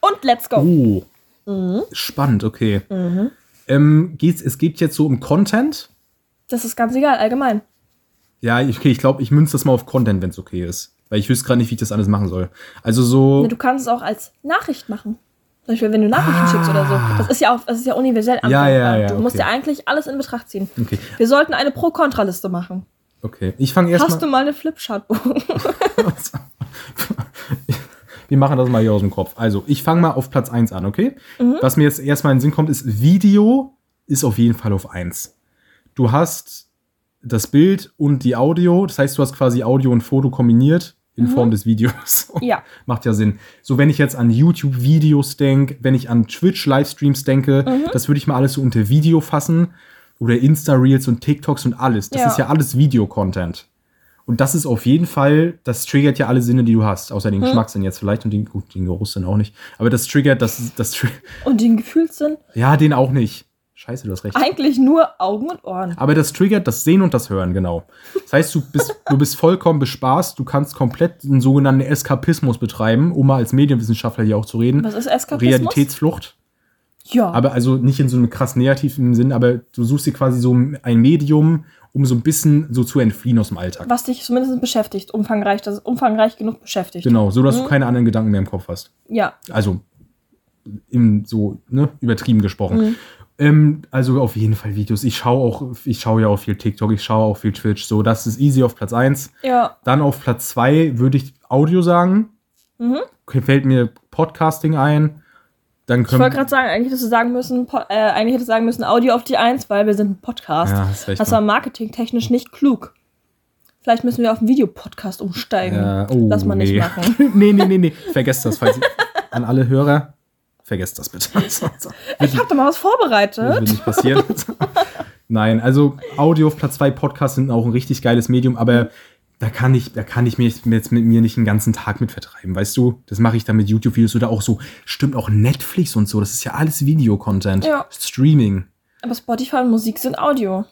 [SPEAKER 1] Und let's go.
[SPEAKER 2] Oh. Spannend, okay. Ähm, geht's, es geht jetzt so um Content?
[SPEAKER 1] Das ist ganz egal, allgemein.
[SPEAKER 2] Ja, ich- okay, ich glaube, ich münze das mal auf Content, wenn es okay ist. Weil ich wüsste gerade nicht, wie ich das alles machen soll. Also so.
[SPEAKER 1] Ne, Du kannst es auch als Nachricht machen. Zum Beispiel, wenn du Nachrichten
[SPEAKER 2] Ah.
[SPEAKER 1] schickst oder so. Das ist ja auch, das ist ja universell
[SPEAKER 2] Ja, ja, ja,
[SPEAKER 1] Du musst
[SPEAKER 2] okay.
[SPEAKER 1] ja eigentlich alles in Betracht ziehen.
[SPEAKER 2] Okay,
[SPEAKER 1] Wir sollten eine Pro-Kontra-Liste machen.
[SPEAKER 2] okay. Ich fange erst
[SPEAKER 1] Hast du
[SPEAKER 2] mal.
[SPEAKER 1] mal eine Flipchart-Buch?
[SPEAKER 2] Wir machen das mal hier aus dem Kopf. Also, ich fange mal auf Platz 1 an, okay? Was mir jetzt erstmal in den Sinn kommt, ist Video ist auf jeden Fall auf 1. Du hast das Bild und die Audio, das heißt, du hast quasi Audio und Foto kombiniert in Form des Videos.
[SPEAKER 1] Ja.
[SPEAKER 2] Macht ja Sinn. So, wenn ich jetzt an YouTube-Videos denke, wenn ich an Twitch-Livestreams denke, das würde ich mal alles so unter Video fassen. Oder Insta-Reels und TikToks und alles. Das
[SPEAKER 1] Ja.
[SPEAKER 2] ist ja alles Videocontent. Und das ist auf jeden Fall, das triggert ja alle Sinne, die du hast. Außer
[SPEAKER 1] Hm.
[SPEAKER 2] den Geschmackssinn jetzt vielleicht und den, gut, den Geruchssinn auch nicht. Aber das triggert, das, das tri
[SPEAKER 1] Und den Gefühlssinn?
[SPEAKER 2] ja, den auch nicht. Scheiße, du hast recht.
[SPEAKER 1] Eigentlich nur Augen und Ohren.
[SPEAKER 2] Aber das triggert das Sehen und das Hören, genau. Das heißt, du bist, du bist vollkommen bespaßt, du kannst komplett einen sogenannten Eskapismus betreiben, um mal als Medienwissenschaftler hier auch zu reden.
[SPEAKER 1] Was ist Eskapismus? Ah.
[SPEAKER 2] Realitätsflucht.
[SPEAKER 1] Ja.
[SPEAKER 2] Aber also nicht in so einem krass negativen Sinn, aber du suchst dir quasi so ein Medium, um so ein bisschen so zu entfliehen aus dem Alltag.
[SPEAKER 1] was dich zumindest beschäftigt, umfangreich, das ist umfangreich genug beschäftigt.
[SPEAKER 2] Genau, so dass
[SPEAKER 1] Mhm.
[SPEAKER 2] du keine anderen Gedanken mehr im Kopf hast.
[SPEAKER 1] Ja.
[SPEAKER 2] Also im, so ne, übertrieben gesprochen.
[SPEAKER 1] Mhm.
[SPEAKER 2] Ähm, also auf jeden Fall Videos. Ich schaue auch, ich schaue ja auch viel TikTok, ich schaue auch viel Twitch. So, das ist easy auf Platz 1.
[SPEAKER 1] Ja.
[SPEAKER 2] Dann auf Platz 2 würde ich Audio sagen.
[SPEAKER 1] Mhm.
[SPEAKER 2] Fällt mir Podcasting ein. Dann
[SPEAKER 1] Ich
[SPEAKER 2] können
[SPEAKER 1] wollte gerade sagen, eigentlich hättest du sagen müssen, Po- äh, eigentlich hättest du sagen müssen, Audio auf die Eins, weil wir sind ein Podcast.
[SPEAKER 2] Ja, hast recht,
[SPEAKER 1] das
[SPEAKER 2] ne?
[SPEAKER 1] war marketingtechnisch nicht klug. Vielleicht müssen wir auf einen Videopodcast umsteigen.
[SPEAKER 2] Ja, oh,
[SPEAKER 1] Lass mal nicht
[SPEAKER 2] nee.
[SPEAKER 1] machen.
[SPEAKER 2] nee, nee, nee, nee. Vergesst das, falls an alle Hörer. Vergesst das bitte.
[SPEAKER 1] Ich habe da mal was
[SPEAKER 2] Das
[SPEAKER 1] vorbereitet.
[SPEAKER 2] wird nicht passieren. Nein, also Audio auf Platz 2 Podcasts sind auch ein richtig geiles Medium, aber da kann ich, da kann ich mir jetzt jetzt mit mir nicht den ganzen Tag mit vertreiben, weißt du? Das mache ich dann mit YouTube-Videos oder auch so, stimmt auch Netflix und so. Das ist ja alles Videocontent.
[SPEAKER 1] Ja.
[SPEAKER 2] Streaming.
[SPEAKER 1] Aber Spotify und Musik sind Audio.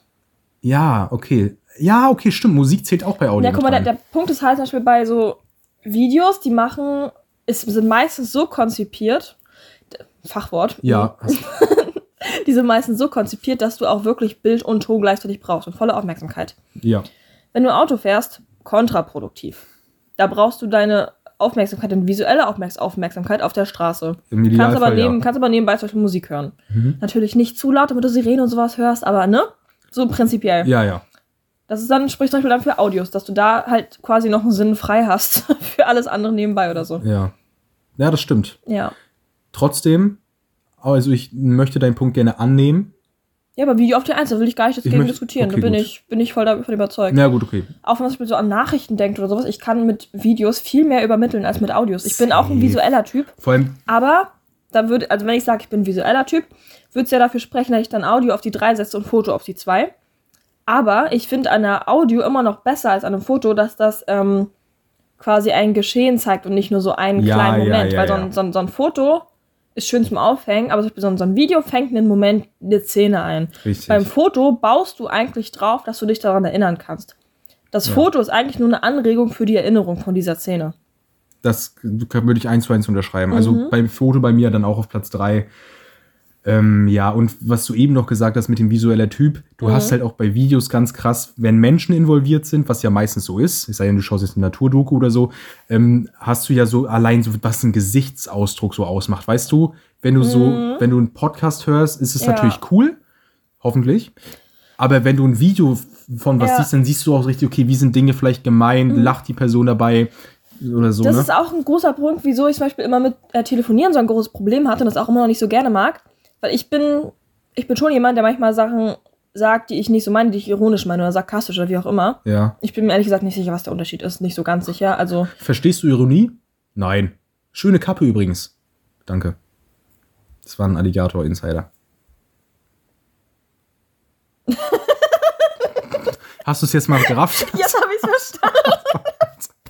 [SPEAKER 2] Ja, okay. Ja, okay, stimmt. Musik zählt auch bei Audio.
[SPEAKER 1] Ja, guck mal,
[SPEAKER 2] mit
[SPEAKER 1] der,
[SPEAKER 2] rein.
[SPEAKER 1] der Punkt ist halt zum Beispiel bei so Videos, die machen, ist, sind meistens so konzipiert, d- Fachwort,
[SPEAKER 2] ja, hast-
[SPEAKER 1] die sind meistens so konzipiert, dass du auch wirklich Bild und Ton gleichzeitig brauchst und volle Aufmerksamkeit.
[SPEAKER 2] ja.
[SPEAKER 1] Wenn du Auto fährst, kontraproduktiv. Da brauchst du deine Aufmerksamkeit, deine visuelle Aufmerks- Aufmerksamkeit auf der Straße.
[SPEAKER 2] Im
[SPEAKER 1] kannst,
[SPEAKER 2] Idealfall,
[SPEAKER 1] aber neben,
[SPEAKER 2] ja. Mhm.
[SPEAKER 1] kannst aber nebenbei zum Beispiel Musik hören. Natürlich nicht zu laut, damit du Sirenen und sowas hörst, aber ne? So prinzipiell.
[SPEAKER 2] Ja, ja.
[SPEAKER 1] Das ist dann, spricht zum Beispiel dann für Audios, dass du da halt quasi noch einen Sinn frei hast für alles andere nebenbei oder so.
[SPEAKER 2] Ja. Ja, das stimmt.
[SPEAKER 1] Ja.
[SPEAKER 2] Trotzdem, also ich möchte deinen Punkt gerne annehmen.
[SPEAKER 1] Ja, aber wie auf den Einzelnen will ich gar nicht
[SPEAKER 2] Ich
[SPEAKER 1] dagegen
[SPEAKER 2] möchte-
[SPEAKER 1] diskutieren.
[SPEAKER 2] okay,
[SPEAKER 1] da bin
[SPEAKER 2] gut.
[SPEAKER 1] ich, bin ich voll davon überzeugt.
[SPEAKER 2] Na gut, okay.
[SPEAKER 1] Auch wenn man zum Beispiel so an Nachrichten denkt oder sowas, ich kann mit Videos viel mehr übermitteln als mit Audios. Ich bin auch ein
[SPEAKER 2] Safe.
[SPEAKER 1] visueller Typ,
[SPEAKER 2] Vor allem,
[SPEAKER 1] aber da würde, also wenn ich sage, ich bin ein visueller Typ, würde es ja dafür sprechen, dass ich dann Audio auf die drei setze und Foto auf die zwei. Aber ich finde an einer Audio immer noch besser als an einem Foto, dass das ähm, quasi ein Geschehen zeigt und nicht nur so einen
[SPEAKER 2] Ja,
[SPEAKER 1] kleinen
[SPEAKER 2] ja,
[SPEAKER 1] Moment.
[SPEAKER 2] ja,
[SPEAKER 1] weil so,
[SPEAKER 2] ja.
[SPEAKER 1] ein, so, ein, so ein Foto ist schön zum Aufhängen, aber zum Beispiel so ein, so ein Video fängt einen Moment, eine Szene ein.
[SPEAKER 2] richtig.
[SPEAKER 1] Beim Foto baust du eigentlich drauf, dass du dich daran erinnern kannst. Das
[SPEAKER 2] Ja.
[SPEAKER 1] Foto ist eigentlich nur eine Anregung für die Erinnerung von dieser Szene.
[SPEAKER 2] das kann- würde ich eins zu eins unterschreiben. Also
[SPEAKER 1] Mhm.
[SPEAKER 2] beim Foto bei mir dann auch auf Platz drei. Ähm, ja, und was du eben noch gesagt hast mit dem visueller Typ, du
[SPEAKER 1] Mhm.
[SPEAKER 2] hast halt auch bei Videos ganz krass, wenn Menschen involviert sind, was ja meistens so ist, es sei denn, du schaust jetzt eine Naturdoku oder so, ähm, hast du ja so allein so, was ein Gesichtsausdruck so ausmacht. Weißt du, wenn du so,
[SPEAKER 1] Mhm.
[SPEAKER 2] wenn du einen Podcast hörst, ist es
[SPEAKER 1] Ja.
[SPEAKER 2] natürlich cool, hoffentlich. Aber wenn du ein Video von was
[SPEAKER 1] Ja. Mhm.
[SPEAKER 2] siehst, dann siehst du auch richtig, okay, wie sind Dinge vielleicht gemeint, lacht die Person dabei oder so.
[SPEAKER 1] das
[SPEAKER 2] ne?
[SPEAKER 1] ist auch ein großer Punkt, wieso ich zum Beispiel immer mit äh, Telefonieren so ein großes Problem hatte und das auch immer noch nicht so gerne mag. Weil ich bin, ich bin schon jemand, der manchmal Sachen sagt, die ich nicht so meine, die ich ironisch meine oder sarkastisch oder wie auch immer.
[SPEAKER 2] Ja.
[SPEAKER 1] Ich bin mir ehrlich gesagt nicht sicher, was der Unterschied ist. Nicht so ganz sicher. Also,
[SPEAKER 2] Verstehst du Ironie? Nein. Schöne Kappe übrigens. Danke. Das war ein Alligator-Insider. Hast du es jetzt mal gerafft?
[SPEAKER 1] jetzt habe ich es verstanden.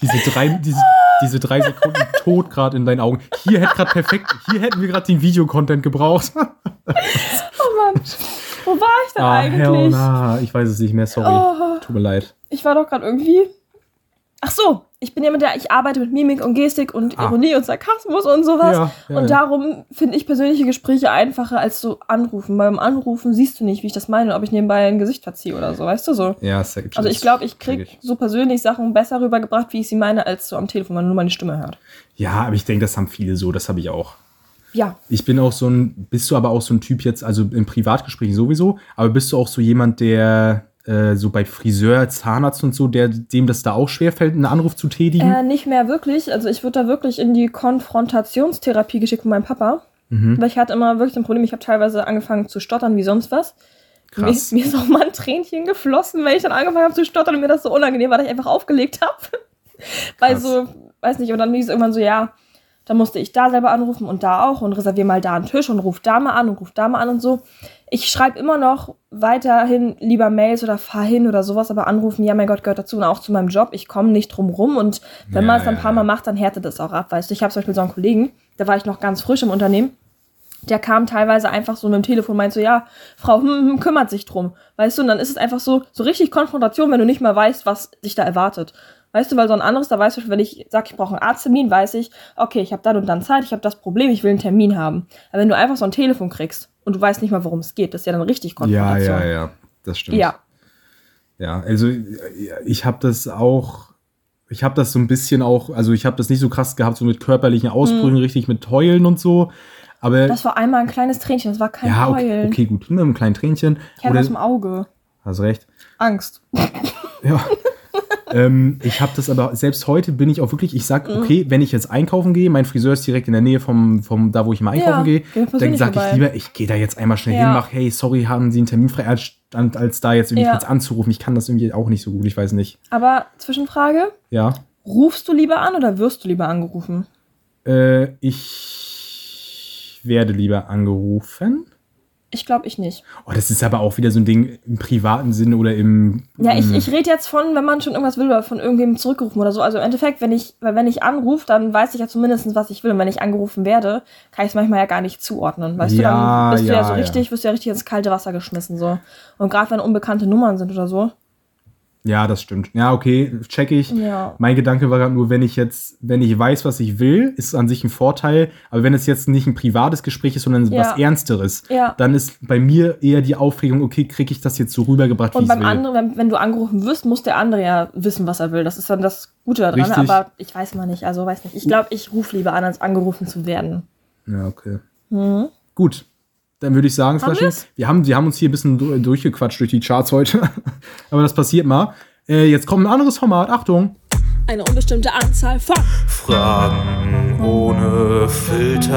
[SPEAKER 2] Diese drei, diese, diese drei Sekunden tot gerade in deinen Augen. Hier hätte gerade perfekt, hier hätten wir gerade den Videocontent gebraucht.
[SPEAKER 1] Oh Mann. Wo war ich denn
[SPEAKER 2] Ah, hell
[SPEAKER 1] eigentlich?
[SPEAKER 2] na. Ich weiß es nicht mehr, sorry.
[SPEAKER 1] Oh.
[SPEAKER 2] Tut mir leid.
[SPEAKER 1] Ich war doch gerade irgendwie. Ach so, ich bin jemand, der ich arbeite mit Mimik und Gestik und
[SPEAKER 2] Ah.
[SPEAKER 1] Ironie und Sarkasmus und sowas.
[SPEAKER 2] Ja, ja,
[SPEAKER 1] und
[SPEAKER 2] ja.
[SPEAKER 1] darum finde ich persönliche Gespräche einfacher als so anrufen. Beim Anrufen siehst du nicht, wie ich das meine, ob ich nebenbei ein Gesicht verziehe oder so, weißt du so.
[SPEAKER 2] Ja, es ergibt
[SPEAKER 1] Also
[SPEAKER 2] schon-
[SPEAKER 1] ich glaube, ich krieg
[SPEAKER 2] Wirklich.
[SPEAKER 1] so persönlich Sachen besser rübergebracht, wie ich sie meine, als so am Telefon, wenn man nur meine Stimme hört.
[SPEAKER 2] Ja, aber ich denke, das haben viele so. Das habe ich auch.
[SPEAKER 1] Ja.
[SPEAKER 2] Ich bin auch so ein, bist du aber auch so ein Typ jetzt, also im Privatgespräch sowieso, aber bist du auch so jemand, der äh, so bei Friseur, Zahnarzt und so, der dem das da auch schwerfällt, einen Anruf zu tätigen?
[SPEAKER 1] Äh, nicht mehr wirklich. Also ich wurde da wirklich in die Konfrontationstherapie geschickt mit meinem Papa.
[SPEAKER 2] Mhm.
[SPEAKER 1] Weil ich hatte immer wirklich ein Problem. Ich habe teilweise angefangen zu stottern wie sonst was. Mir,
[SPEAKER 2] Krass.
[SPEAKER 1] mir ist auch mal ein Tränchen geflossen, wenn ich dann angefangen habe zu stottern und mir das so unangenehm war, dass ich einfach aufgelegt habe. Weil
[SPEAKER 2] Krass.
[SPEAKER 1] so, weiß nicht, und dann hieß es irgendwann so, ja, dann musste ich da selber anrufen und da auch und reserviere mal da einen Tisch und ruf da mal an und ruf da mal an und so. Ich schreibe immer noch weiterhin lieber Mails oder fahr hin oder sowas, aber anrufen, ja, mein Gott, gehört dazu und auch zu meinem Job. Ich komme nicht drum rum und wenn
[SPEAKER 2] Ja,
[SPEAKER 1] man es dann
[SPEAKER 2] ja,
[SPEAKER 1] ein paar
[SPEAKER 2] ja.
[SPEAKER 1] Mal macht, dann härtet das auch ab. Weißt du, ich habe zum Beispiel so einen Kollegen, da war ich noch ganz frisch im Unternehmen der kam teilweise einfach so mit dem Telefon, meint so, ja, Frau hm, hm, kümmert sich drum. Weißt du, und dann ist es einfach so, so richtig Konfrontation, wenn du nicht mal weißt, was dich da erwartet. Weißt du, weil so ein anderes, da weißt du, wenn ich sage, ich brauche einen Arzttermin, weiß ich, okay, ich habe dann und dann Zeit, ich habe das Problem, ich will einen Termin haben. Aber wenn du einfach so ein Telefon kriegst und du weißt nicht mal, worum es geht, das ist ja dann richtig
[SPEAKER 2] Ja,
[SPEAKER 1] Konfrontation.
[SPEAKER 2] ja, ja, das äh, stimmt.
[SPEAKER 1] Also, Ja,
[SPEAKER 2] Ja, also ich habe das auch, ich habe das so ein bisschen auch, also ich habe das nicht so krass gehabt, so mit körperlichen Ausbrüchen, richtig mit Heulen und so, aber
[SPEAKER 1] Hm. das war einmal ein kleines Tränchen, das war kein
[SPEAKER 2] ja, okay,
[SPEAKER 1] Heulen.
[SPEAKER 2] okay, gut, ne, mit einem kleinen Tränchen.
[SPEAKER 1] Ich hatte
[SPEAKER 2] Oder,
[SPEAKER 1] was im Auge.
[SPEAKER 2] hast recht.
[SPEAKER 1] Angst.
[SPEAKER 2] Ja. ähm, ich habe das aber, selbst heute bin ich auch wirklich, ich sag,
[SPEAKER 1] Mhm.
[SPEAKER 2] okay, wenn ich jetzt einkaufen gehe, mein Friseur ist direkt in der Nähe vom, vom da, wo ich immer einkaufen
[SPEAKER 1] Ja,
[SPEAKER 2] gehe,
[SPEAKER 1] geh
[SPEAKER 2] dann
[SPEAKER 1] persönlich
[SPEAKER 2] sag ich
[SPEAKER 1] vorbei.
[SPEAKER 2] lieber, ich gehe da jetzt einmal schnell
[SPEAKER 1] Ja.
[SPEAKER 2] hin, mach, hey, sorry, haben Sie einen Termin frei, anstatt als da jetzt irgendwie
[SPEAKER 1] Ja.
[SPEAKER 2] kurz anzurufen. Ich kann das irgendwie auch nicht so gut, ich weiß nicht.
[SPEAKER 1] Aber Zwischenfrage,
[SPEAKER 2] Ja.
[SPEAKER 1] rufst du lieber an oder wirst du lieber angerufen?
[SPEAKER 2] Äh, ich werde lieber angerufen.
[SPEAKER 1] Ich glaube, ich nicht.
[SPEAKER 2] Oh, das ist aber auch wieder so ein Ding im privaten Sinne oder im.
[SPEAKER 1] Ja, ich,
[SPEAKER 2] im-
[SPEAKER 1] ich rede jetzt von, wenn man schon irgendwas will, oder von irgendwem zurückgerufen oder so. Also im Endeffekt, wenn ich, weil wenn ich anrufe, dann weiß ich ja zumindest, was ich will. Und wenn ich angerufen werde, kann ich es manchmal ja gar nicht zuordnen. Weißt
[SPEAKER 2] Ja,
[SPEAKER 1] du, dann bist du
[SPEAKER 2] ja,
[SPEAKER 1] ja so
[SPEAKER 2] ja.
[SPEAKER 1] richtig, wirst du ja richtig ins kalte Wasser geschmissen. so. Und gerade wenn unbekannte Nummern sind oder so.
[SPEAKER 2] Ja, das stimmt. Ja, okay, check ich.
[SPEAKER 1] Ja.
[SPEAKER 2] Mein Gedanke war gerade nur, wenn ich jetzt, wenn ich weiß, was ich will, ist es an sich ein Vorteil. Aber wenn es jetzt nicht ein privates Gespräch ist, sondern
[SPEAKER 1] Ja.
[SPEAKER 2] was Ernsteres,
[SPEAKER 1] Ja.
[SPEAKER 2] dann ist bei mir eher die Aufregung, okay, kriege ich das jetzt so rübergebracht, wie
[SPEAKER 1] Und
[SPEAKER 2] ich will.
[SPEAKER 1] beim anderen, wenn, wenn du angerufen wirst, muss der andere ja wissen, was er will. Das ist dann das Gute daran.
[SPEAKER 2] Richtig.
[SPEAKER 1] Aber ich weiß mal nicht. Also weiß nicht. Ich glaube, ich rufe lieber an, als angerufen zu werden.
[SPEAKER 2] ja, okay. Gut. Dann würde ich sagen,
[SPEAKER 1] Haben
[SPEAKER 2] Slushy,
[SPEAKER 1] wir's?
[SPEAKER 2] wir haben, wir haben uns hier ein bisschen du- durchgequatscht durch die Charts heute. Aber das passiert mal. Äh, jetzt kommt ein anderes Format. Achtung.
[SPEAKER 1] Eine unbestimmte Anzahl von.
[SPEAKER 3] Fragen ohne Filter.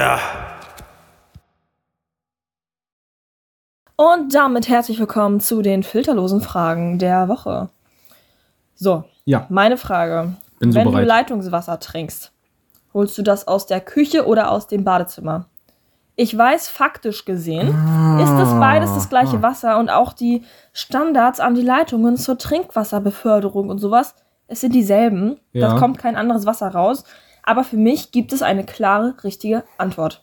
[SPEAKER 3] Ja.
[SPEAKER 1] Und damit herzlich willkommen zu den filterlosen Fragen der Woche. So,
[SPEAKER 2] Ja,
[SPEAKER 1] meine Frage.
[SPEAKER 2] Bin so
[SPEAKER 1] Wenn
[SPEAKER 2] bereit.
[SPEAKER 1] du Leitungswasser trinkst, holst du das aus der Küche oder aus dem Badezimmer? Ich weiß faktisch gesehen, ist
[SPEAKER 2] Ah.
[SPEAKER 1] es beides das gleiche Wasser und auch die Standards an die Leitungen zur Trinkwasserbeförderung und sowas, es sind dieselben.
[SPEAKER 2] Ja.
[SPEAKER 1] Da kommt kein anderes Wasser raus. Aber für mich gibt es eine klare, richtige Antwort.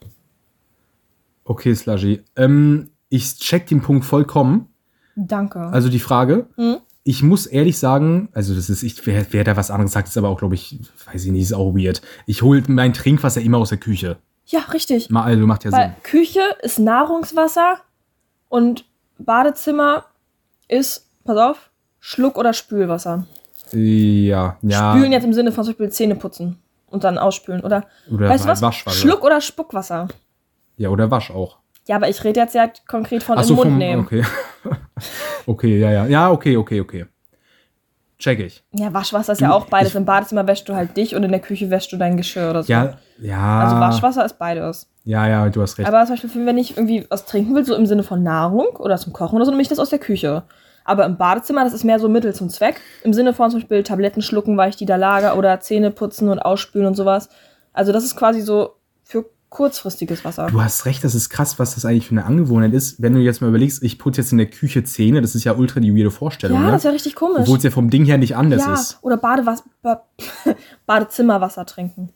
[SPEAKER 2] okay, Slushy. Ähm, ich check den Punkt vollkommen.
[SPEAKER 1] Danke.
[SPEAKER 2] Also die Frage.
[SPEAKER 1] Hm?
[SPEAKER 2] Ich muss ehrlich sagen, also das ist, ich, wer, wer da was anderes sagt, ist aber auch, glaube ich, weiß ich nicht, ist auch weird. Ich hole mein Trinkwasser immer aus der Küche.
[SPEAKER 1] ja, richtig.
[SPEAKER 2] Mal, also macht ja
[SPEAKER 1] Weil
[SPEAKER 2] Sinn.
[SPEAKER 1] Küche ist Nahrungswasser und Badezimmer ist, pass auf, Schluck- oder Spülwasser.
[SPEAKER 2] Ja, ja.
[SPEAKER 1] Spülen jetzt im Sinne von zum Beispiel Zähne putzen und dann ausspülen. Oder,
[SPEAKER 2] Oder
[SPEAKER 1] weißt du
[SPEAKER 2] Wa-
[SPEAKER 1] was?
[SPEAKER 2] Waschwasser.
[SPEAKER 1] Schluck- oder Spuckwasser.
[SPEAKER 2] Ja, oder Wasch auch.
[SPEAKER 1] Ja, aber ich rede jetzt ja konkret von
[SPEAKER 2] Ach
[SPEAKER 1] im
[SPEAKER 2] so,
[SPEAKER 1] Mund
[SPEAKER 2] vom,
[SPEAKER 1] nehmen.
[SPEAKER 2] okay. okay, ja, ja. Ja, okay, okay, okay. Check ich.
[SPEAKER 1] Ja, Waschwasser ist ja auch beides.
[SPEAKER 2] ich-
[SPEAKER 1] Im Badezimmer wäschst du halt dich und in der Küche wäschst du dein Geschirr oder so.
[SPEAKER 2] Ja, ja.
[SPEAKER 1] Also Waschwasser ist beides.
[SPEAKER 2] Ja, ja, du hast recht.
[SPEAKER 1] Aber zum Beispiel, wenn ich irgendwie was trinken will, so im Sinne von Nahrung oder zum Kochen oder so, nehme ich das aus der Küche. Aber im Badezimmer, das ist mehr so Mittel zum Zweck. Im Sinne von zum Beispiel Tabletten schlucken, weil ich die da lager oder Zähne putzen und ausspülen und sowas. Also das ist quasi so für kurzfristiges Wasser.
[SPEAKER 2] Du hast recht, das ist krass, was das eigentlich für eine Angewohnheit ist. Wenn du jetzt mal überlegst, ich putze jetzt in der Küche Zähne, das ist ja ultra die weirde Vorstellung,
[SPEAKER 1] Ja,
[SPEAKER 2] ne?
[SPEAKER 1] das ist ja richtig komisch.
[SPEAKER 2] Obwohl es ja vom Ding her nicht anders
[SPEAKER 1] ja,
[SPEAKER 2] ist.
[SPEAKER 1] oder Badewas ba Badezimmerwasser trinken.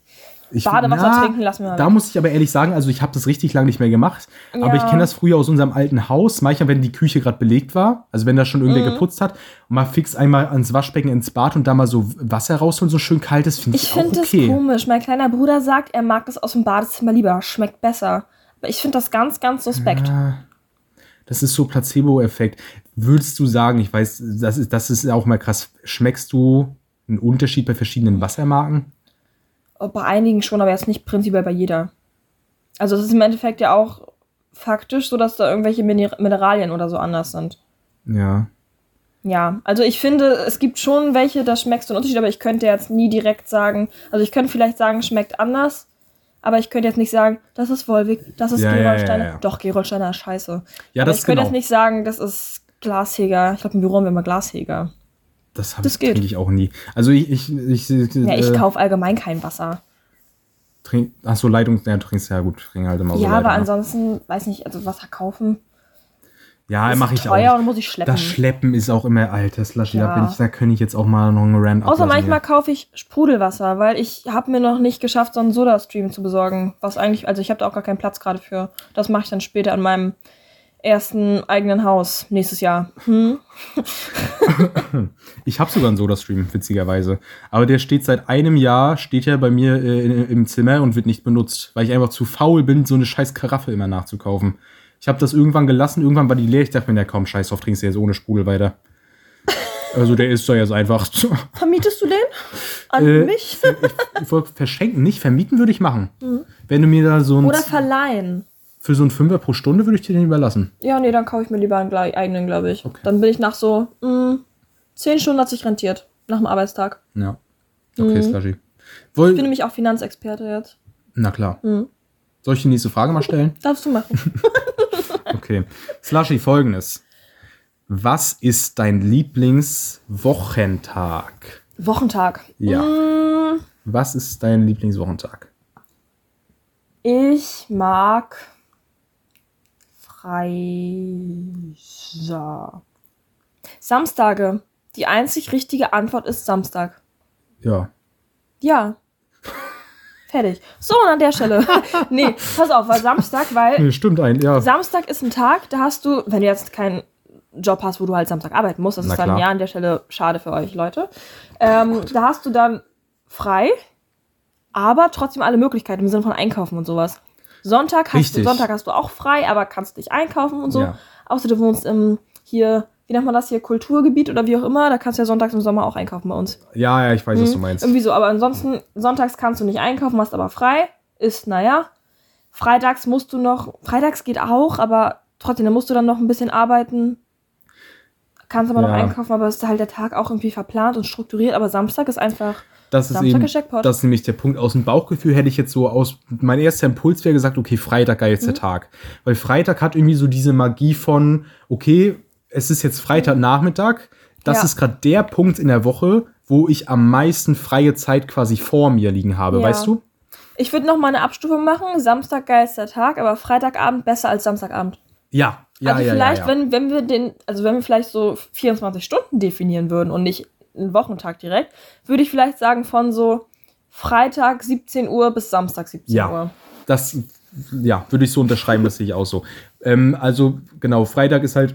[SPEAKER 2] Ich,
[SPEAKER 1] Badewasser trinken lassen wir mal
[SPEAKER 2] Da
[SPEAKER 1] weg.
[SPEAKER 2] muss ich aber ehrlich sagen, also ich habe das richtig lange nicht mehr gemacht. Aber ich
[SPEAKER 1] Ja.
[SPEAKER 2] kenne das früher aus unserem alten Haus. Manchmal, wenn die Küche gerade belegt war, also wenn da schon
[SPEAKER 1] Mhm.
[SPEAKER 2] irgendwer geputzt hat, und mal fix einmal ans Waschbecken, ins Bad und da mal so Wasser rausholen, so schön kaltes, finde ich,
[SPEAKER 1] Ich
[SPEAKER 2] auch
[SPEAKER 1] finde das
[SPEAKER 2] okay.
[SPEAKER 1] komisch. Mein kleiner Bruder sagt, er mag das aus dem Badezimmer lieber, schmeckt besser. Aber ich finde das ganz, ganz suspekt.
[SPEAKER 2] Ah, Das ist so Placebo-Effekt. Würdest du sagen, ich weiß, das ist, das ist auch mal krass, schmeckst du einen Unterschied bei verschiedenen Wassermarken?
[SPEAKER 1] Bei einigen schon, aber jetzt nicht prinzipiell bei jeder. Also es ist im Endeffekt ja auch faktisch so, dass da irgendwelche Miner- Mineralien oder so anders sind.
[SPEAKER 2] Ja.
[SPEAKER 1] Ja, also ich finde, es gibt schon welche, da schmeckst du einen Unterschied, aber ich könnte jetzt nie direkt sagen, also ich könnte vielleicht sagen, schmeckt anders, aber ich könnte jetzt nicht sagen, das ist Wolwig, das ist
[SPEAKER 2] Ja, ja,
[SPEAKER 1] Gerolsteiner.
[SPEAKER 2] ja, ja.
[SPEAKER 1] Doch, Gerolsteiner ist scheiße.
[SPEAKER 2] Ja,
[SPEAKER 1] aber
[SPEAKER 2] das
[SPEAKER 1] ich könnte
[SPEAKER 2] genau.
[SPEAKER 1] jetzt nicht sagen, das ist Glasheger. Ich glaube, im Büro haben wir immer Glasheger.
[SPEAKER 2] Das, hab-
[SPEAKER 1] Das geht.
[SPEAKER 2] trinke ich auch nie. Also ich, ich, ich, ich
[SPEAKER 1] Ja, ich
[SPEAKER 2] äh,
[SPEAKER 1] kaufe allgemein kein Wasser.
[SPEAKER 2] Trink, ach so, Leitung, ja, du trinkst ja gut, trink halt immer so.
[SPEAKER 1] ja, aber
[SPEAKER 2] Leitung, ne?
[SPEAKER 1] ansonsten, weiß nicht, also Wasser kaufen.
[SPEAKER 2] Ja,
[SPEAKER 1] ist
[SPEAKER 2] mache ich
[SPEAKER 1] teuer
[SPEAKER 2] auch.
[SPEAKER 1] und
[SPEAKER 2] nicht.
[SPEAKER 1] muss ich schleppen.
[SPEAKER 2] Das Schleppen ist auch immer alter Slush. Da,
[SPEAKER 1] Ja.
[SPEAKER 2] bin ich, da könnte ich jetzt auch mal noch einen Rand
[SPEAKER 1] Außer
[SPEAKER 2] ablassen hier.
[SPEAKER 1] manchmal kaufe ich Sprudelwasser, weil ich habe mir noch nicht geschafft, so einen Soda-Stream zu besorgen. Was eigentlich, also ich habe da auch gar keinen Platz gerade für. Das mache ich dann später in meinem ersten eigenen Haus nächstes Jahr. Hm?
[SPEAKER 2] Ich habe sogar einen Soda-Stream, witzigerweise. Aber der steht seit einem Jahr, steht ja bei mir äh, in, im Zimmer und wird nicht benutzt, weil ich einfach zu faul bin, so eine scheiß Karaffe immer nachzukaufen. Ich habe das irgendwann gelassen, irgendwann war die leer. Ich dachte mir, na komm, scheiß drauf, trinkst du jetzt ohne Sprudel weiter. Also der ist doch jetzt einfach.
[SPEAKER 1] Vermietest du den an
[SPEAKER 2] Äh,
[SPEAKER 1] mich?
[SPEAKER 2] Ich wollte verschenken, nicht vermieten würde ich machen. Wenn du mir da so ein,
[SPEAKER 1] Mhm. Oder verleihen?
[SPEAKER 2] für so einen Fünfer pro Stunde würde ich dir den überlassen.
[SPEAKER 1] Ja, nee, dann kaufe ich mir lieber einen gleich- eigenen, glaube ich.
[SPEAKER 2] Okay.
[SPEAKER 1] Dann bin ich nach so mh, zehn Stunden hat sich rentiert, nach dem Arbeitstag.
[SPEAKER 2] Ja. Okay, Slushy.
[SPEAKER 1] Mhm. Ich bin
[SPEAKER 2] Woll,
[SPEAKER 1] nämlich auch Finanzexperte jetzt.
[SPEAKER 2] na klar.
[SPEAKER 1] Mhm.
[SPEAKER 2] Soll ich die nächste Frage mal stellen?
[SPEAKER 1] Darfst du machen.
[SPEAKER 2] Okay. Slushy, folgendes. Was ist dein Lieblingswochentag?
[SPEAKER 1] Wochentag.
[SPEAKER 2] Ja.
[SPEAKER 1] Mmh.
[SPEAKER 2] Was ist dein Lieblingswochentag?
[SPEAKER 1] Ich mag Freisa. Samstage. Die einzig richtige Antwort ist Samstag.
[SPEAKER 2] Ja.
[SPEAKER 1] Ja. Fertig. So, und an der Stelle. nee, pass auf, war Samstag, weil
[SPEAKER 2] Nee, stimmt ein, ja.
[SPEAKER 1] Samstag ist ein Tag, da hast du, wenn du jetzt keinen Job hast, wo du halt Samstag arbeiten musst, das
[SPEAKER 2] Na
[SPEAKER 1] ist dann
[SPEAKER 2] klar.
[SPEAKER 1] ja an der Stelle schade für euch Leute. Ähm, da hast du dann frei, aber trotzdem alle Möglichkeiten im Sinne von Einkaufen und sowas. Sonntag hast, du,
[SPEAKER 2] Richtig.
[SPEAKER 1] Sonntag hast du auch frei, aber kannst dich einkaufen und so.
[SPEAKER 2] Ja.
[SPEAKER 1] Außer du wohnst im hier, wie nennt man das hier, Kulturgebiet oder wie auch immer, da kannst du ja sonntags im Sommer auch einkaufen bei uns.
[SPEAKER 2] Ja, ja, ich
[SPEAKER 1] Mhm. Hm,
[SPEAKER 2] weiß, was du meinst.
[SPEAKER 1] Irgendwie so, aber ansonsten, sonntags kannst du nicht einkaufen, hast aber frei, ist, naja. Freitags musst du noch, freitags geht auch, aber trotzdem, da musst du dann noch ein bisschen arbeiten. Kannst aber noch
[SPEAKER 2] Ja.
[SPEAKER 1] einkaufen, aber ist halt der Tag auch irgendwie verplant und strukturiert, aber Samstag ist einfach.
[SPEAKER 2] Das ist
[SPEAKER 1] Samstag
[SPEAKER 2] eben,
[SPEAKER 1] ist Jackpot.
[SPEAKER 2] das ist nämlich der Punkt. Aus dem Bauchgefühl hätte ich jetzt so aus, mein erster Impuls wäre gesagt, okay, Freitag, geilster
[SPEAKER 1] Mhm.
[SPEAKER 2] Tag. Weil Freitag hat irgendwie so diese Magie von, okay, es ist jetzt Freitagnachmittag. Das
[SPEAKER 1] Mhm. Ja.
[SPEAKER 2] ist gerade der Punkt in der Woche, wo ich am meisten freie Zeit quasi vor mir liegen habe,
[SPEAKER 1] Ja.
[SPEAKER 2] weißt du?
[SPEAKER 1] Ich würde noch mal eine Abstufung machen. Samstag geilster Tag, aber Freitagabend besser als Samstagabend.
[SPEAKER 2] Ja, ja,
[SPEAKER 1] also
[SPEAKER 2] ja.
[SPEAKER 1] vielleicht,
[SPEAKER 2] ja, ja.
[SPEAKER 1] wenn wenn wir den, also wenn wir vielleicht so 24 Stunden definieren würden und nicht einen Wochentag direkt, würde ich vielleicht sagen von so Freitag 17 Uhr bis Samstag 17
[SPEAKER 2] Ja.
[SPEAKER 1] Uhr.
[SPEAKER 2] das ja, würde ich so unterschreiben, das sehe ich auch so. Ähm, also, genau, Freitag ist halt,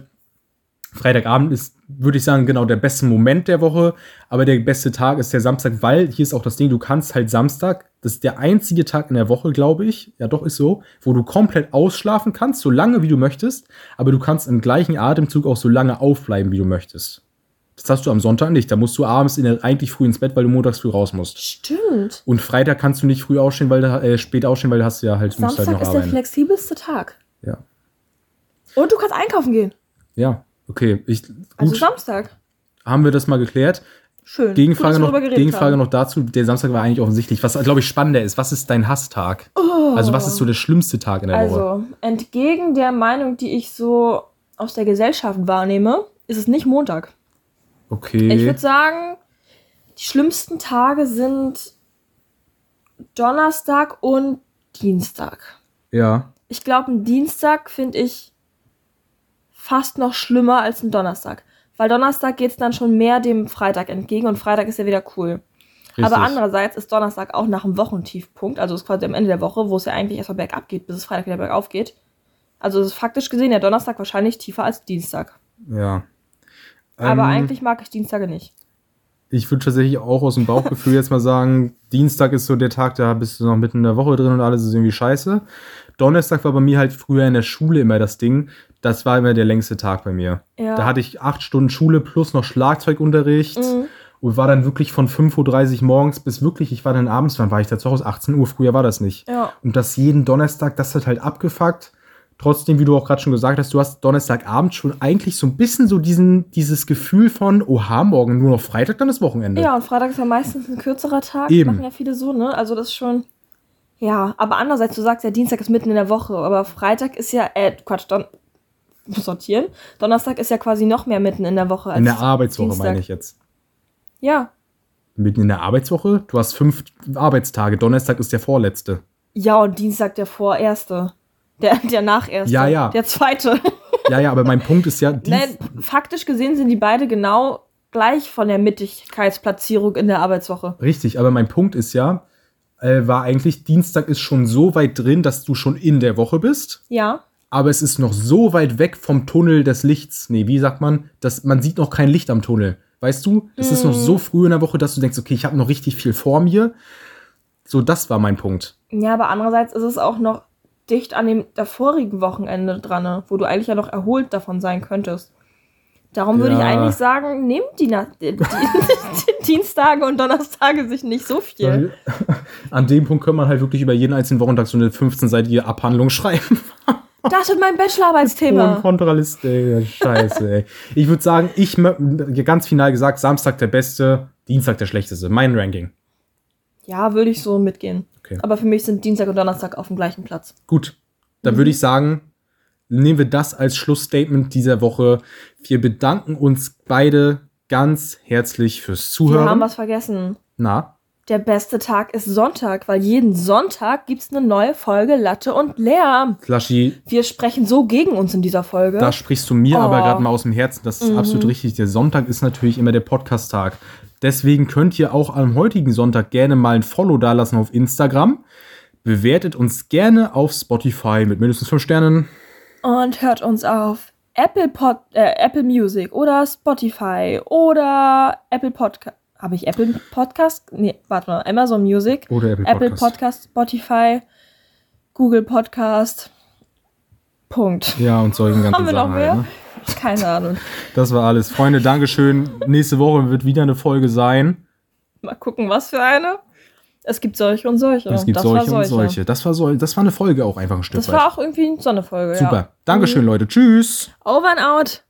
[SPEAKER 2] Freitagabend ist, würde ich sagen, genau der beste Moment der Woche, aber der beste Tag ist der Samstag, weil hier ist auch das Ding, du kannst halt Samstag, das ist der einzige Tag in der Woche, glaube ich, ja doch ist so, wo du komplett ausschlafen kannst, so lange wie du möchtest, aber du kannst im gleichen Atemzug auch so lange aufbleiben, wie du möchtest. Das hast du am Sonntag nicht, da musst du abends in der, eigentlich früh ins Bett, weil du montags früh raus musst.
[SPEAKER 1] Stimmt.
[SPEAKER 2] Und Freitag kannst du nicht früh aufstehen, weil da, äh, spät aufstehen, weil du hast ja halt, musst halt
[SPEAKER 1] Samstag
[SPEAKER 2] noch
[SPEAKER 1] ist der
[SPEAKER 2] arbeiten.
[SPEAKER 1] flexibelste Tag.
[SPEAKER 2] Ja.
[SPEAKER 1] Und du kannst einkaufen gehen.
[SPEAKER 2] ja, okay. Ich, gut,
[SPEAKER 1] Also Samstag.
[SPEAKER 2] haben wir das mal geklärt.
[SPEAKER 1] Schön.
[SPEAKER 2] Gegenfrage, noch, Gegenfrage
[SPEAKER 1] haben.
[SPEAKER 2] noch dazu. Der Samstag war eigentlich offensichtlich. Was, glaube ich, spannender ist, was ist dein Hasstag? Also, was ist so der schlimmste Tag in der Woche?
[SPEAKER 1] Oh. Also, entgegen der Meinung, die ich so aus der Gesellschaft wahrnehme, ist es nicht Montag. Ich
[SPEAKER 2] Okay.
[SPEAKER 1] würde sagen, die schlimmsten Tage sind Donnerstag und Dienstag.
[SPEAKER 2] Ja.
[SPEAKER 1] Ich glaube, einen Dienstag finde ich fast noch schlimmer als einen Donnerstag. Weil Donnerstag geht es dann schon mehr dem Freitag entgegen und Freitag ist ja wieder cool.
[SPEAKER 2] Richtig.
[SPEAKER 1] Aber andererseits ist Donnerstag auch nach dem Wochentiefpunkt, also ist quasi am Ende der Woche, wo es ja eigentlich erstmal bergab geht, bis es Freitag wieder bergauf geht. Also ist faktisch gesehen der Donnerstag wahrscheinlich tiefer als Dienstag.
[SPEAKER 2] Ja.
[SPEAKER 1] Aber
[SPEAKER 2] Ähm,
[SPEAKER 1] eigentlich mag ich Dienstage nicht.
[SPEAKER 2] Ich würde tatsächlich auch aus dem Bauchgefühl jetzt mal sagen, Dienstag ist so der Tag, da bist du noch mitten in der Woche drin und alles ist irgendwie scheiße. Donnerstag war bei mir halt früher in der Schule immer das Ding. Das war immer der längste Tag bei mir.
[SPEAKER 1] Ja.
[SPEAKER 2] Da hatte ich acht Stunden Schule plus noch Schlagzeugunterricht
[SPEAKER 1] Mhm.
[SPEAKER 2] und war dann wirklich von 5.30 Uhr morgens bis wirklich, ich war dann abends, wann war ich da zu Hause? 18 Uhr, früher war das nicht.
[SPEAKER 1] Ja.
[SPEAKER 2] Und das jeden Donnerstag, das hat halt abgefuckt. Trotzdem, wie du auch gerade schon gesagt hast, du hast Donnerstagabend schon eigentlich so ein bisschen so diesen, dieses Gefühl von, oha, morgen nur noch Freitag, dann ist Wochenende.
[SPEAKER 1] Ja, und Freitag ist ja meistens ein kürzerer Tag.
[SPEAKER 2] Eben.
[SPEAKER 1] Machen ja viele so, ne? Also das ist schon. Ja, aber andererseits, du sagst ja, Dienstag ist mitten in der Woche, aber Freitag ist ja, äh, Quatsch, Don sortieren. Donnerstag ist ja quasi noch mehr mitten in der Woche als
[SPEAKER 2] In der Arbeitswoche
[SPEAKER 1] Dienstag.
[SPEAKER 2] meine ich jetzt.
[SPEAKER 1] Ja.
[SPEAKER 2] Mitten in der Arbeitswoche? Du hast fünf Arbeitstage. Donnerstag ist der vorletzte.
[SPEAKER 1] Ja, und Dienstag der vorerste. Der, der nacherste.
[SPEAKER 2] Ja, ja.
[SPEAKER 1] Der zweite.
[SPEAKER 2] Ja, ja, aber mein Punkt ist ja, Dienst
[SPEAKER 1] Nein, faktisch gesehen sind die beide genau gleich von der Mittigkeitsplatzierung in der Arbeitswoche.
[SPEAKER 2] Richtig, aber mein Punkt ist ja, äh, war eigentlich, Dienstag ist schon so weit drin, dass du schon in der Woche bist,
[SPEAKER 1] Ja.
[SPEAKER 2] aber es ist noch so weit weg vom Tunnel des Lichts. Nee, wie sagt man? Das, man sieht noch kein Licht am Tunnel. Weißt du, es ist noch so früh in der Woche, dass du denkst, okay, ich habe noch richtig viel vor mir. So, das war mein Punkt.
[SPEAKER 1] Ja, aber andererseits ist es auch noch dicht an dem davorigen Wochenende dran, ne? wo du eigentlich ja noch erholt davon sein könntest. Darum würde ich
[SPEAKER 2] Ja.
[SPEAKER 1] eigentlich sagen, nehmt die, Na die, die, die Dienstage und Donnerstage sich nicht so viel.
[SPEAKER 2] Weil An dem Punkt kann man halt wirklich über jeden einzelnen Wochentag so eine 15-seitige Abhandlung schreiben.
[SPEAKER 1] Das ist mein
[SPEAKER 2] Pro und
[SPEAKER 1] Bachelorarbeitsthema.
[SPEAKER 2] Kontraliste, ey, scheiße, ey. Ich würde sagen, ich mö- ganz final gesagt, Samstag der beste, Dienstag der schlechteste. Mein Ranking.
[SPEAKER 1] Ja, würde ich so mitgehen.
[SPEAKER 2] Okay.
[SPEAKER 1] Aber für mich sind Dienstag und Donnerstag auf dem gleichen Platz.
[SPEAKER 2] Gut, dann
[SPEAKER 1] Mhm.
[SPEAKER 2] würde ich sagen, nehmen wir das als Schlussstatement dieser Woche. Wir bedanken uns beide ganz herzlich fürs
[SPEAKER 1] Wir
[SPEAKER 2] Zuhören.
[SPEAKER 1] haben was vergessen.
[SPEAKER 2] Na,
[SPEAKER 1] Der beste Tag ist Sonntag, weil jeden Sonntag gibt's eine neue Folge Latte und Lärm.
[SPEAKER 2] Flaschi,
[SPEAKER 1] Wir sprechen so gegen uns in dieser Folge.
[SPEAKER 2] da sprichst du mir
[SPEAKER 1] Oh. Mhm.
[SPEAKER 2] aber gerade mal aus dem Herzen. Das ist absolut richtig. Der Sonntag ist natürlich immer der Podcast-Tag. Deswegen könnt ihr auch am heutigen Sonntag gerne mal ein Follow dalassen auf Instagram. Bewertet uns gerne auf Spotify mit mindestens 5 Sternen.
[SPEAKER 1] und hört uns auf Apple, Pod, äh, Apple Music oder Spotify oder Apple Podcast. Habe ich Apple Podcast? Nee, warte mal. Amazon Music,
[SPEAKER 2] Oder Apple
[SPEAKER 1] Apple
[SPEAKER 2] Podcast.
[SPEAKER 1] Podcast, Spotify, Google Podcast. Punkt.
[SPEAKER 2] Ja, und solchen ganzen
[SPEAKER 1] Haben wir noch
[SPEAKER 2] Sachen halt,
[SPEAKER 1] mehr?
[SPEAKER 2] ne?
[SPEAKER 1] Keine Ahnung.
[SPEAKER 2] Das war alles. Freunde, Dankeschön. Nächste Woche wird wieder eine Folge sein.
[SPEAKER 1] Mal gucken, was für eine. Es gibt solche und solche.
[SPEAKER 2] Es gibt
[SPEAKER 1] das war
[SPEAKER 2] solche, und solche. Das war, so, das war eine Folge auch einfach ein Stück
[SPEAKER 1] Das
[SPEAKER 2] weit.
[SPEAKER 1] war auch irgendwie so eine Folge.
[SPEAKER 2] Super.
[SPEAKER 1] Ja. Mhm.
[SPEAKER 2] Dankeschön, Leute. Tschüss.
[SPEAKER 1] Over and out.